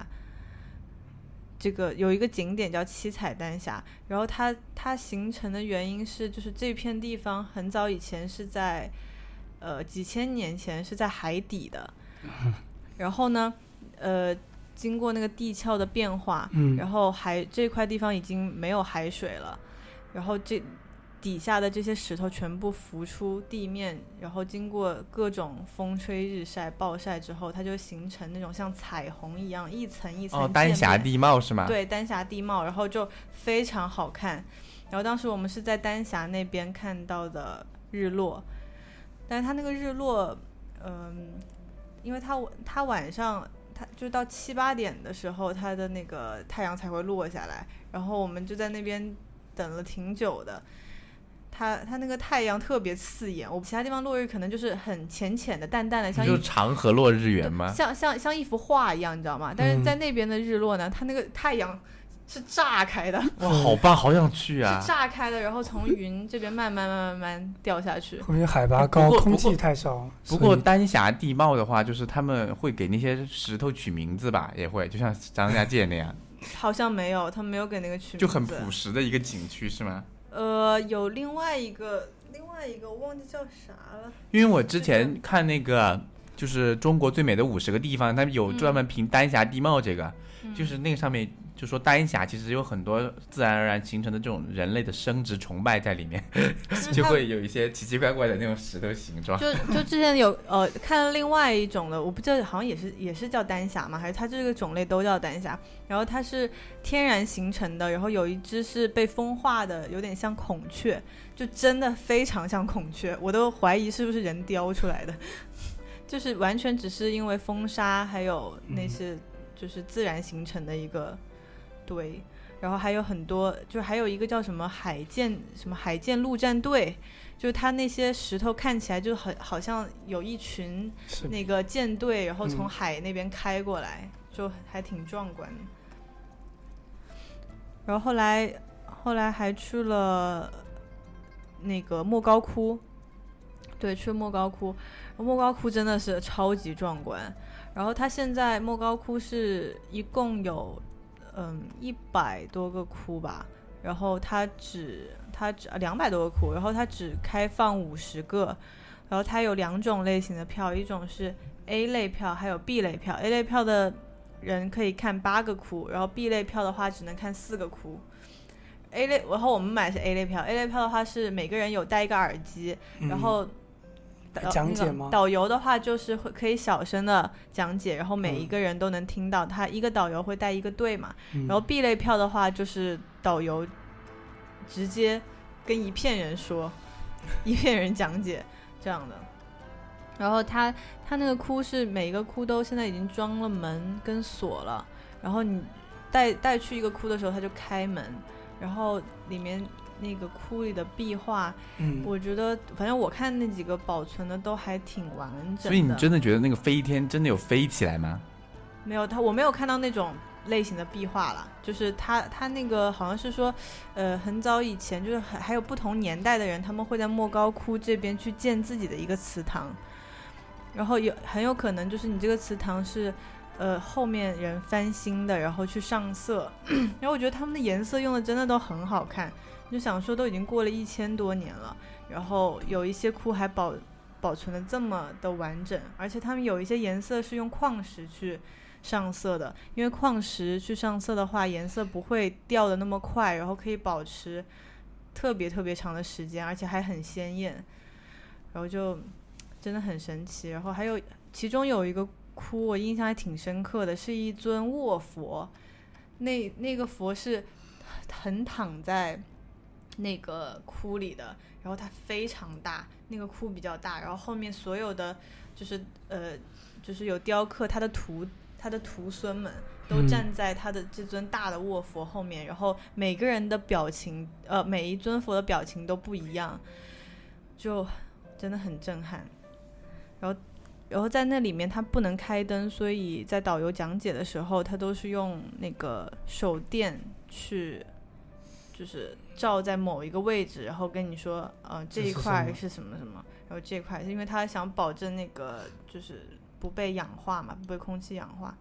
A: 这个有一个景点叫七彩丹霞，然后它它形成的原因是，就是这片地方很早以前是在，呃，几千年前是在海底的，然后呢，呃，经过那个地壳的变化，
C: 嗯
A: 然后海这块地方已经没有海水了，然后这底下的这些石头全部浮出地面，然后经过各种风吹日晒、暴晒之后，它就形成那种像彩虹一样一层一层
B: 哦，丹霞
A: 渐变
B: 地貌是吗？，
A: 对，丹霞地貌，然后就非常好看。然后当时我们是在丹霞那边看到的日落，但是它那个日落，嗯，因为它晚它晚上它就到七八点的时候，它的那个太阳才会落下来，然后我们就在那边等了挺久的。它它那个太阳特别刺眼，我其他地方落日可能就是很浅浅的、淡淡的，像
B: 不
A: 一
B: 就是长河落日圆吗？
A: 像像像一幅画一样，你知道吗？但
B: 嗯
A: 是在那边的日落呢，它那个太阳是炸开的，
B: 哇，好棒，好想去
A: [laughs]
B: 啊
A: 是！炸开的，然后从云这边慢慢慢慢慢慢掉下去。
C: 因为海拔
B: 不
C: 高，
B: 过
C: 空
B: 不过
C: 气太少。
B: 不
C: 所
B: 过
C: 以
B: 丹霞地貌的话，就是他们会给那些石头取名字吧，也会，就像张家界那
A: [laughs]
B: 样，
A: 好像没有，他没有给那个取名字。
B: 就很朴实的一个景区是吗？
A: 呃，有另外一个另外一个我忘记叫啥
B: [laughs]
A: 了。
B: 因为我之前看那个就是中国最美的五十个地方，他们有
A: 嗯
B: 专门评丹霞地貌这个，
A: 嗯
B: 就是那个上面就说丹霞其实有很多自然而然形成的这种人类的生殖崇拜在里面，
A: 就是
B: 就
A: 他
B: 会有一些奇奇怪怪的那种石头形状。
A: 就就之前有呃看了另外一种的，我不记得好像也是也是叫丹霞嘛，还是它这个种类都叫丹霞。然后它是天然形成的，然后有一只是被风化的，有点像孔雀，就真的非常像孔雀，我都怀疑是不是人雕出来的， [laughs] 就是完全只是因为风沙还有那些就是自然形成的一个堆。然后还有很多，就是还有一个叫什么海舰什么海舰陆战队，就是它那些石头看起来就很好像有一群
C: 是
A: 那个舰队，然后从
C: 嗯
A: 海那边开过来，就还挺壮观的。然后后来后来还去了那个莫高窟，对，去莫高窟，莫高窟真的是超级壮观。然后它现在莫高窟是一共有嗯一百多个窟吧，然后它只它只啊两百多个窟，然后它只开放五十个，然后它有两种类型的票，一种是 A 类票，还有 B 类票。A 类票的人可以看八个窟，然后 B 类票的话只能看四个窟。A 类，然后我们买的是 A 类票，A 类票的话是每个人有带一个耳机，然后嗯导。
C: 嗯讲解
A: 那个
C: 吗
A: 导游的话就是会可以小声的讲解，然后每一
C: 嗯
A: 个人都能听到。他一个导游会带一个队嘛，
C: 嗯
A: 然后 B 类票的话，就是导游直接跟一片人说，一片人讲解这样的。然后他他那个窟是每一个窟都现在已经装了门跟锁了，然后你带带去一个窟的时候，他就开门，然后里面那个窟里的壁画，
C: 嗯，
A: 我觉得反正我看那几个保存的都还挺完整的。
B: 所以你真的觉得那个飞天真的有飞起来吗？
A: 没有，他我没有看到那种类型的壁画啦，就是他他那个好像是说，呃，很早以前就是还还有不同年代的人，他们会在莫高窟这边去建自己的一个祠堂，然后有很有可能就是你这个祠堂是。呃，后面人翻新的，然后去上色， [coughs] 然后我觉得他们的颜色用的真的都很好看，就想说都已经过了一千多年了，然后有一些窟还保保存的这么的完整，而且他们有一些颜色是用矿石去上色的，因为矿石去上色的话，颜色不会掉的那么快，然后可以保持特别特别长的时间，而且还很鲜艳，然后就真的很神奇。然后还有其中有一个窟，我印象还挺深刻的，是一尊卧佛，那那个佛是横躺在那个窟里的，然后它非常大，那个窟比较大，然后后面所有的就是呃就是有雕刻他的徒他的徒孙们都
C: 嗯
A: 站在他的这尊大的卧佛后面，然后每个人的表情呃每一尊佛的表情都不一样，就真的很震撼。然后然后在那里面它不能开灯，所以在导游讲解的时候，他都是用那个手电去，就是照在某一个位置，然后跟你说，呃，这一块
C: 这
A: 是什么什么，然后这一块，因为他想保证那个就是不被氧化嘛，不被空气氧化。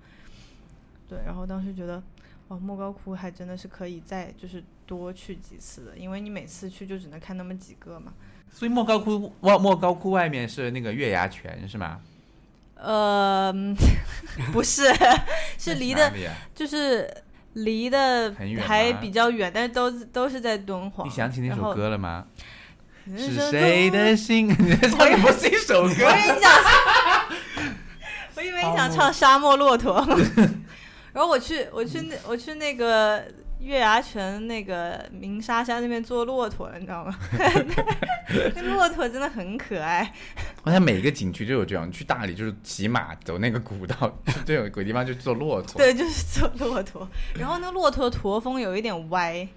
A: 对，然后当时觉得，哇，莫高窟还真的是可以再就是多去几次的，因为你每次去就只能看那么几个嘛。
B: 所以莫高窟莫莫高窟外面是那个月牙泉是吗？
A: 呃，嗯
B: [laughs]
A: 不是，是离
B: 哪
A: 的，
B: 里啊
A: 就是离的
B: 很远吗
A: 还比较远，但是都都是在敦煌。
B: 你想起那
A: 然
B: 首
A: 后
B: 歌了吗？
A: 人生
B: 是
A: 中
B: 谁
A: [laughs]
B: 的 [laughs] 心？你在唱什么是一首
A: 我以
B: 歌？
A: 为你
B: [laughs]
A: 想，我以为你想唱《沙漠骆驼》
B: [laughs]
A: 然后我去，我去那，我去那个月牙泉那个鸣沙山那边坐骆驼了，你知道吗？
B: [laughs]
A: 那骆驼真的很可爱。
B: 好像每一个景区都有这样，去大理就是骑马走那个古道，这种鬼地方就坐骆驼。
A: 对，就是坐骆驼，然后那骆驼驼峰有一点
B: [laughs]
A: 歪，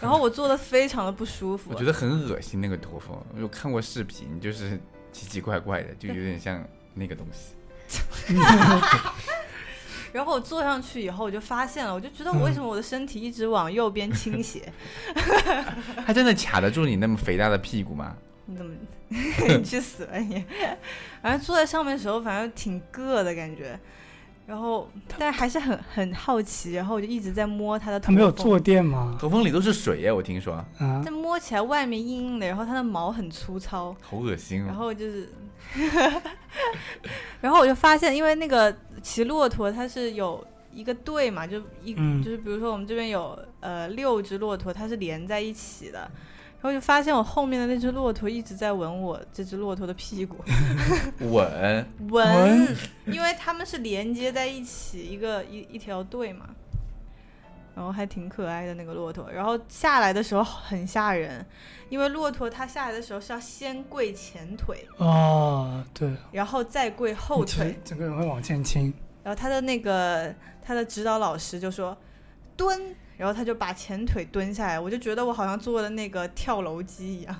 A: 然后我坐的非常的不舒服
B: 我。觉得很恶心那个驼峰，我有看过视频，就是奇奇怪怪的，就有点像那个东西。
A: 然后我坐上去以后，我就发现了，我就觉得
C: 嗯
A: 我为什么我的身体一直往右边
C: [laughs]
A: 倾斜？
B: 它真的卡得住你那么肥大的屁股吗？
A: 你怎么， [laughs] 你去死吧你！然后坐在上面的时候，反正挺硌的感觉。然后，但还是很很好奇，然后我就一直在摸它的
C: 他没有
A: 头发
C: 坐，垫吗？
B: 驼峰里都是水耶，我听说，
C: 啊，
A: 但摸起来外面硬硬的，然后它的毛很粗糙，
B: 好恶心
A: 然
B: 哦。
A: 后就是， [laughs] 然后我就发现，因为那个骑骆驼它是有一个队嘛，就一、
C: 嗯
A: 就是比如说我们这边有呃六只骆驼，它是连在一起的。然后就发现我后面的那只骆驼一直在闻我这只骆驼的屁股，
B: 吻，
A: 闻
C: 闻，
A: 因为它们是连接在一起一个一一条队嘛，然后还挺可爱的那个骆驼。然后下来的时候很吓人，因为骆驼它下来的时候是要先跪前腿，
C: 哦，对，
A: 然后再跪
C: [laughs]
A: 后
C: 其实
A: 腿。
C: 整个人会往前倾，
A: 然后他的那个他的指导老师就说蹲，然后他就把前腿蹲下来，我就觉得我好像做了那个跳楼机一样，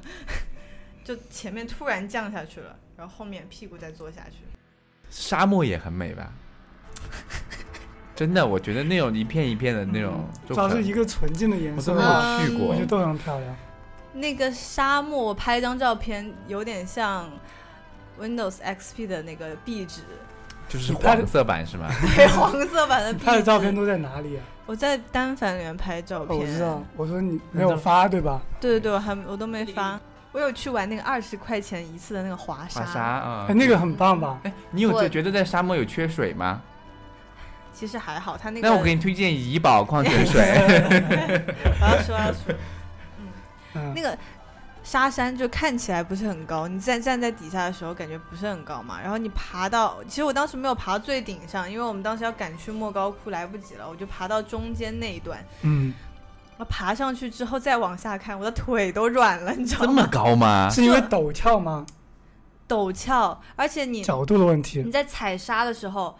A: [laughs] 就前面突然降下去了，然后后面屁股再坐下去。
B: 沙漠也很美吧？ [laughs] 真的，我觉得那种一片一片的那种，
C: 嗯
B: 就
C: 主要是
B: 很
C: 一个纯净的颜
B: 我
C: 色
B: 都没，
A: 嗯
B: 有去
C: 我觉得
B: 过。
C: 都很漂亮。
A: 那个沙漠，我拍一张照片，有点像 Windows XP 的那个壁
C: [laughs]
A: 纸，
B: 就是
C: 你拍的
B: 黄色版是吗？
A: 对，黄色版的壁纸。
C: 拍的照片都在哪里啊？
A: 我在单反里面拍照
C: 哦，
A: 片，
C: 我知道，我说你没有发对吧？
A: 对对对，我还我都没发。我有去玩那个二十块钱一次的那个滑沙，
B: 滑沙啊
C: 哎，，那个很棒吧？
B: 哎，你有
A: 我
B: 觉得在沙漠有缺水吗？
A: 其实还好，它那个
B: 那我给你推荐怡宝矿泉 [laughs] 水。
A: 我要啊说要说， [laughs]
C: 嗯
A: 那，个沙山就看起来不是很高，你站站在底下的时候感觉不是很高嘛，然后你爬到，其实我当时没有爬到最顶上，因为我们当时要赶去莫高窟来不及了，我就爬到中间那一段，
C: 嗯，
A: 我爬上去之后再往下看，我的腿都软了，你知道
B: 这么
A: 吗？
B: 高啊吗？
C: 是因为陡峭吗？
A: 陡峭，而且你
C: 角度的问题
A: 你。在踩沙的时候。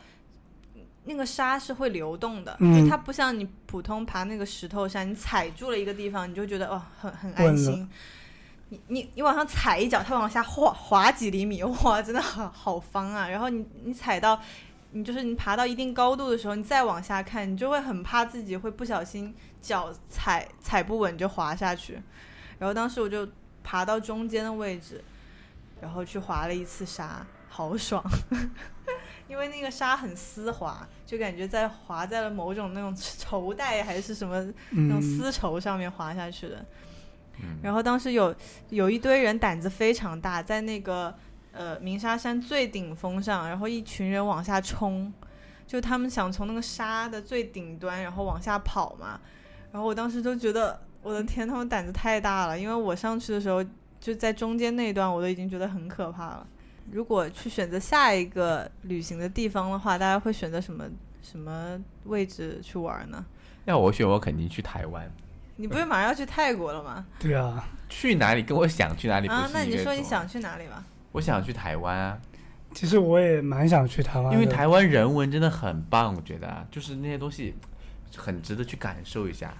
A: 那个沙是会流动的，
C: 嗯
A: 就它不像你普通爬那个石头山，你踩住了一个地方，你就觉得哦，很很安
C: 稳
A: 心。你你你往上踩一脚，它往下滑滑几厘米，哇，真的好好方啊！然后你你踩到，你就是你爬到一定高度的时候，你再往下看，你就会很怕自己会不小心脚踩踩不稳就滑下去。然后当时我就爬到中间的位置，然后去滑了一次沙，好爽， [laughs] 因为那个沙很丝滑，就感觉在滑在了某种那 [laughs] 种绸带还是什么那种
C: 嗯，
A: 丝绸上面滑下去的。
B: 嗯
A: 然后当时有有一堆人胆子非常大，在那个呃鸣沙山最顶峰上，然后一群人往下冲，就他们想从那个沙的最顶端，然后往下跑嘛。然后我当时就觉得，我的天，他们胆子太大了，因为我上去的时候就在中间那一段，我都已经觉得很可怕了。如果去选择下一个旅行的地方的话，大家会选择什么什么位置去玩呢？
B: 要我选，我肯定去台湾。
A: 你不是马上要去泰国了吗？
C: 对啊，
B: 去哪里跟我想去哪里不是
A: 啊，那
B: 一
A: 你
B: 个
A: 说你
B: 种
A: 想去哪里吧？
B: 我想去台湾啊，
C: 其实我也蛮想去台湾
B: 因
C: 的，
B: 为台湾人文真的很棒，我觉得啊就是那些东西很值得去感受一下。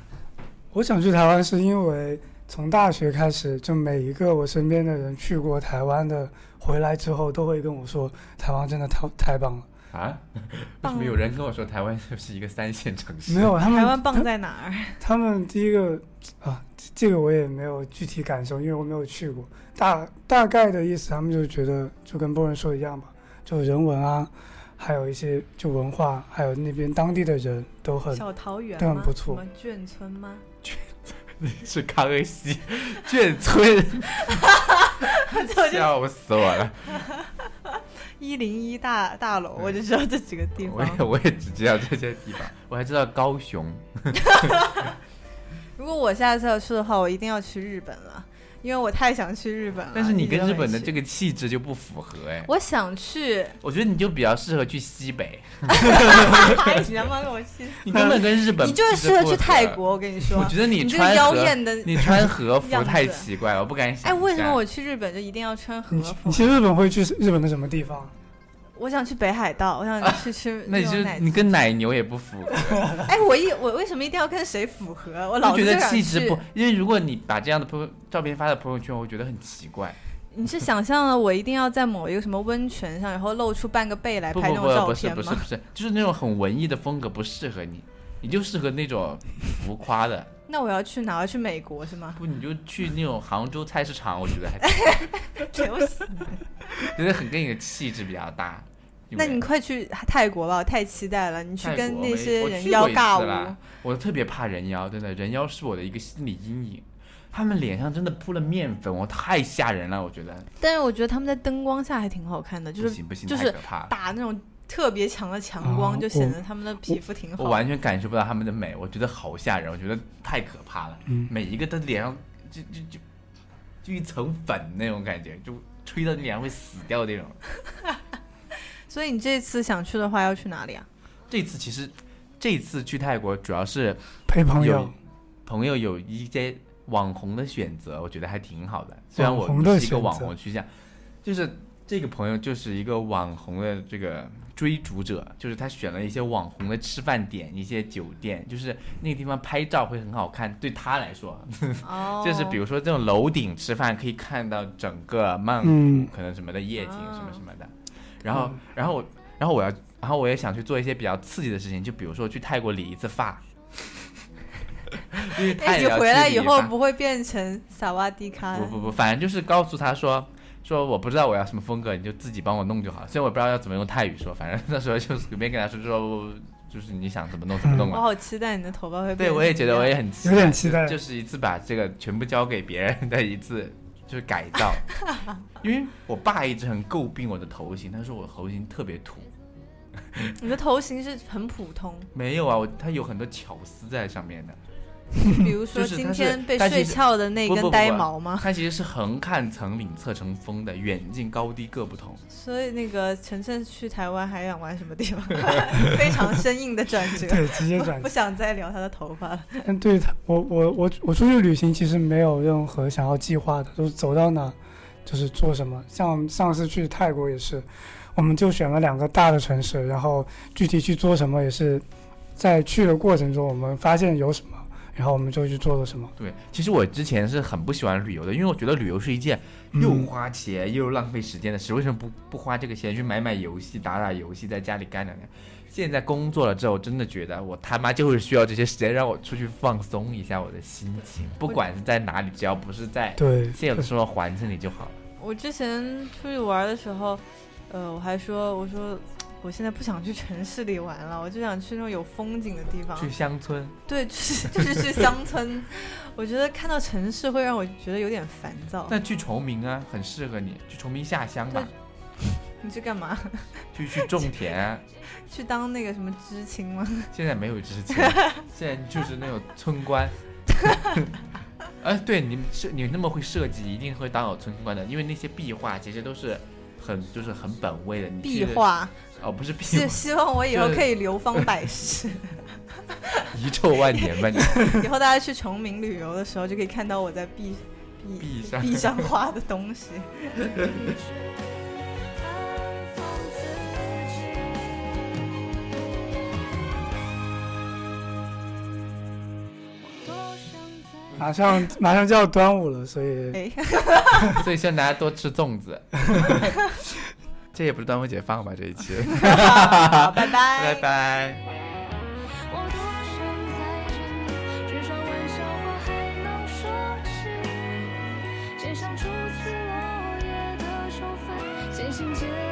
C: 我想去台湾是因为从大学开始，就每一个我身边的人去过台湾的，回来之后都会跟我说，台湾真的太太棒了。
B: 啊？为
A: 棒
B: 什么有人跟我说台湾就是一个三线城市？
C: 没有，他们
A: 台湾棒在哪儿？
C: 他们第一个啊，这这个我也没有具体感受，因为我没有去过。大大概的意思，他们就觉得就跟波人说的一样吧，就人文啊，还有一些就文化，还有那边当地的人都很
A: 小桃园
C: 呃当
A: 吗
C: 然？不错
A: 什么眷村
C: [laughs]
A: 吗？ [laughs]
B: 是康熙 [laughs] 西眷村，笑死我了！
A: 一零一大大楼，我就知道这几个地
B: 嗯我
A: 方啊
B: 也。我也只知道这些地方，我还知道高雄。
A: 如果我下次要去的话，我一定要去日本了，因为我太想去日本了。
B: 但是你跟日本的
A: 一直
B: 这
A: 没去，
B: 个气质就不符合哎，
A: 我想
B: [laughs]
A: 去，
B: 我觉得你就比较适合去
A: [laughs]
B: 西北，
A: 哎你他妈给我气死！
B: 你根本跟日本
A: 你就是
B: 气
A: 适
B: 质
A: 合
B: 不
A: 去泰
B: 合。
A: 国，我跟你说
B: 我。觉得你
A: 你这
B: 穿
A: 个妖
B: 和
A: 艳的，
B: 你
A: [laughs]
B: 穿和
A: 样
B: 服
A: 子
B: 太奇怪了，我不敢想
A: 哎，
B: 象。
A: 为什么我去日本就一定要穿和
C: 你去
A: 服
C: 你？去日本会去日本的什么地方？我
A: 我想去北海道，我想去吃
B: 啊那你
A: 种
B: 就
A: 奶
B: 你跟奶牛也不符合，
A: 哎，我一我为什么一定要跟谁符合？ [laughs] 我老
B: 我
A: 子
B: 觉
A: 就
B: 得
A: 想
B: 气质
A: 去
B: 不，因为如果你把这样的朋友照片发到朋友圈，我会觉得很奇怪。
A: 你是想象了我一定要在某一个什么温泉上，然后露出半个背来
B: 不
A: 拍
B: 不
A: 那种
B: 不
A: 照
B: 不是
A: 片
B: 不是
A: 吗
B: 不？是，就是那种很文艺的风格不适合你，你就适合那种浮夸的。
A: 那我要去哪？我要去美国是
B: [laughs]
A: 吗？
B: 不，你就去那种杭州菜市场，我觉得还
A: 流行
B: [laughs] 觉得很跟你的气质比较搭。因
A: 那
B: 为
A: 你快去泰国吧，我太期待了。你去
B: 泰
A: 跟
B: 国
A: 那
B: 没
A: 些
B: 我
A: 人
B: 去
A: 妖
B: 过一
A: 尬
B: 次
A: 舞
B: 啦，我特别怕人妖，真的，人妖是我的一个心理阴影。他们脸上真的铺了面粉，我太吓人了，我觉得
A: 但是我觉得他们在灯光下还挺好看的，就
B: 不
A: 是
B: 行不行，
A: 就
B: 太
A: 是
B: 可怕了。
A: 打那种特别强的强光，
C: 啊
A: 就显得他们的皮肤挺好。
B: 我完全感受不到他们的美，我觉得好吓人，我觉得太可怕了。
C: 嗯
B: 每一个他脸上就就就就一层粉那种感觉，就吹到你脸上会死掉那种。
A: 所以你这次想去的话，要去哪里啊？
B: 这次其实这次去泰国主要是
C: 陪朋友
B: 有，朋友有一些网红的选择，我觉得还挺好的。虽然我
C: 网红
B: 不是
C: 的
B: 一个
C: 选择
B: 网红趋向，就是这个朋友就是一个网红的这个追逐者，就是他选了一些网红的吃饭点、一些酒店，就是那个地方拍照会很好看，对他来说，
A: 哦，
B: [laughs] 就是比如说这种楼顶吃饭，可以看到整个曼谷、
C: 嗯
B: 可能什么的夜景
A: 啊嗯
B: 什么什么的。然后，然后我，然后我要，然后我也想去做一些比较刺激的事情，就比如说去泰国理一次发。 [laughs] 因为
A: 哎，
B: 泰
A: 你
B: 疗
A: 回来
B: 去理
A: 以后
B: 发
A: 不会变成萨瓦迪卡？
B: 不不不，反正就是告诉他说。说我不知道我要什么风格，你就自己帮我弄就好。虽然我不知道要怎么用泰语说，反正那时候就随便跟他说，就说就是你想怎么弄怎么弄啊
A: 我
B: 吧。
A: 好期待你的头发会变。
B: 对，我也觉得我也。很期
C: 有
B: 待
C: 点期待。
B: 就是一次把这个全部交给别人的一次就是改
C: [laughs]
B: 造，因为我爸一直很诟病我的头型，他说我头型特别土。
A: 你的头型是很普
B: [laughs]
A: 通，
B: 没有啊，我他有很多巧思在上面的，
A: 比如说
B: 就是
A: 今
B: 它是
A: 天被
B: 但
A: 睡
B: 其实
A: 翘的那
B: 不不
A: 根
B: 不
A: 呆
B: 不
A: 毛
C: 哦
A: 吗？
B: 他其实是横看成岭侧成峰的，远近高低各不同。
A: 所以那个晨晨去台湾还想玩什么地方？ [laughs] 非常生硬的转折，
C: 对，直接转
A: 不。不想再聊他的头发了。
C: 嗯，对他，我我我我出去旅行其实没有任何想要计划的，都是走到哪就是做什么。像上次去泰国也是，我们就选了两个大的城市，然后具体去做什么也是在去的过程中我们发现有什么，然后我们就去做了什么。
B: 对，其实我之前是很不喜欢旅游的，因为我觉得旅游是一件又花钱又浪费时间的事。为什么不不花这个钱去买买游戏、打打游戏，在家里干两干？现在工作了之后，我真的觉得我他妈就是需要这些时间让我出去放松一下我的心情，不管是在哪里，只要不是在
C: 对，
B: 现有的生活环境里就好了。
A: 我之前出去玩的时候，呃，我还说我说我现在不想去城市里玩了，我就想去那种有风景的地方。
B: 去乡村，
A: 对，就是就是去 [laughs] 乡村。我觉得看到城市会让我觉得有点烦躁。
B: 但去崇明啊，很适合你，去崇明下乡吧，
A: 你去干嘛？
B: 去去种田啊。
A: 去当那个什么知青
B: [laughs]
A: 吗？
B: 现在没有知青， [laughs] 现在就是那种村 [laughs] 官。哎，对，你设你那么会设计，一定会当好村官的，因为那些壁画其实都是很就是很本位的。你
A: 壁
B: 去 [laughs]
A: 画，
B: 哦，不是壁
A: 希
B: 画，
A: 希望我以后
B: 就是
A: 可以流芳百世。
B: 遗臭万年吧你。
A: 以后大家去崇明旅游的时候，就可以看到我在壁壁
B: 壁上
A: 壁上画的东
B: [laughs]
A: 西。
D: 安放自己。我多想在。
C: 马上马上就要端午了，所以
A: 哎，
B: 所以希望大家多吃粽子。 [laughs] 这也不是端午节放吧？这一期，
A: 好，拜
B: 拜拜。
D: 我多想在这里，至少玩笑话还能说起。街上初次落叶的愁烦，渐行渐远。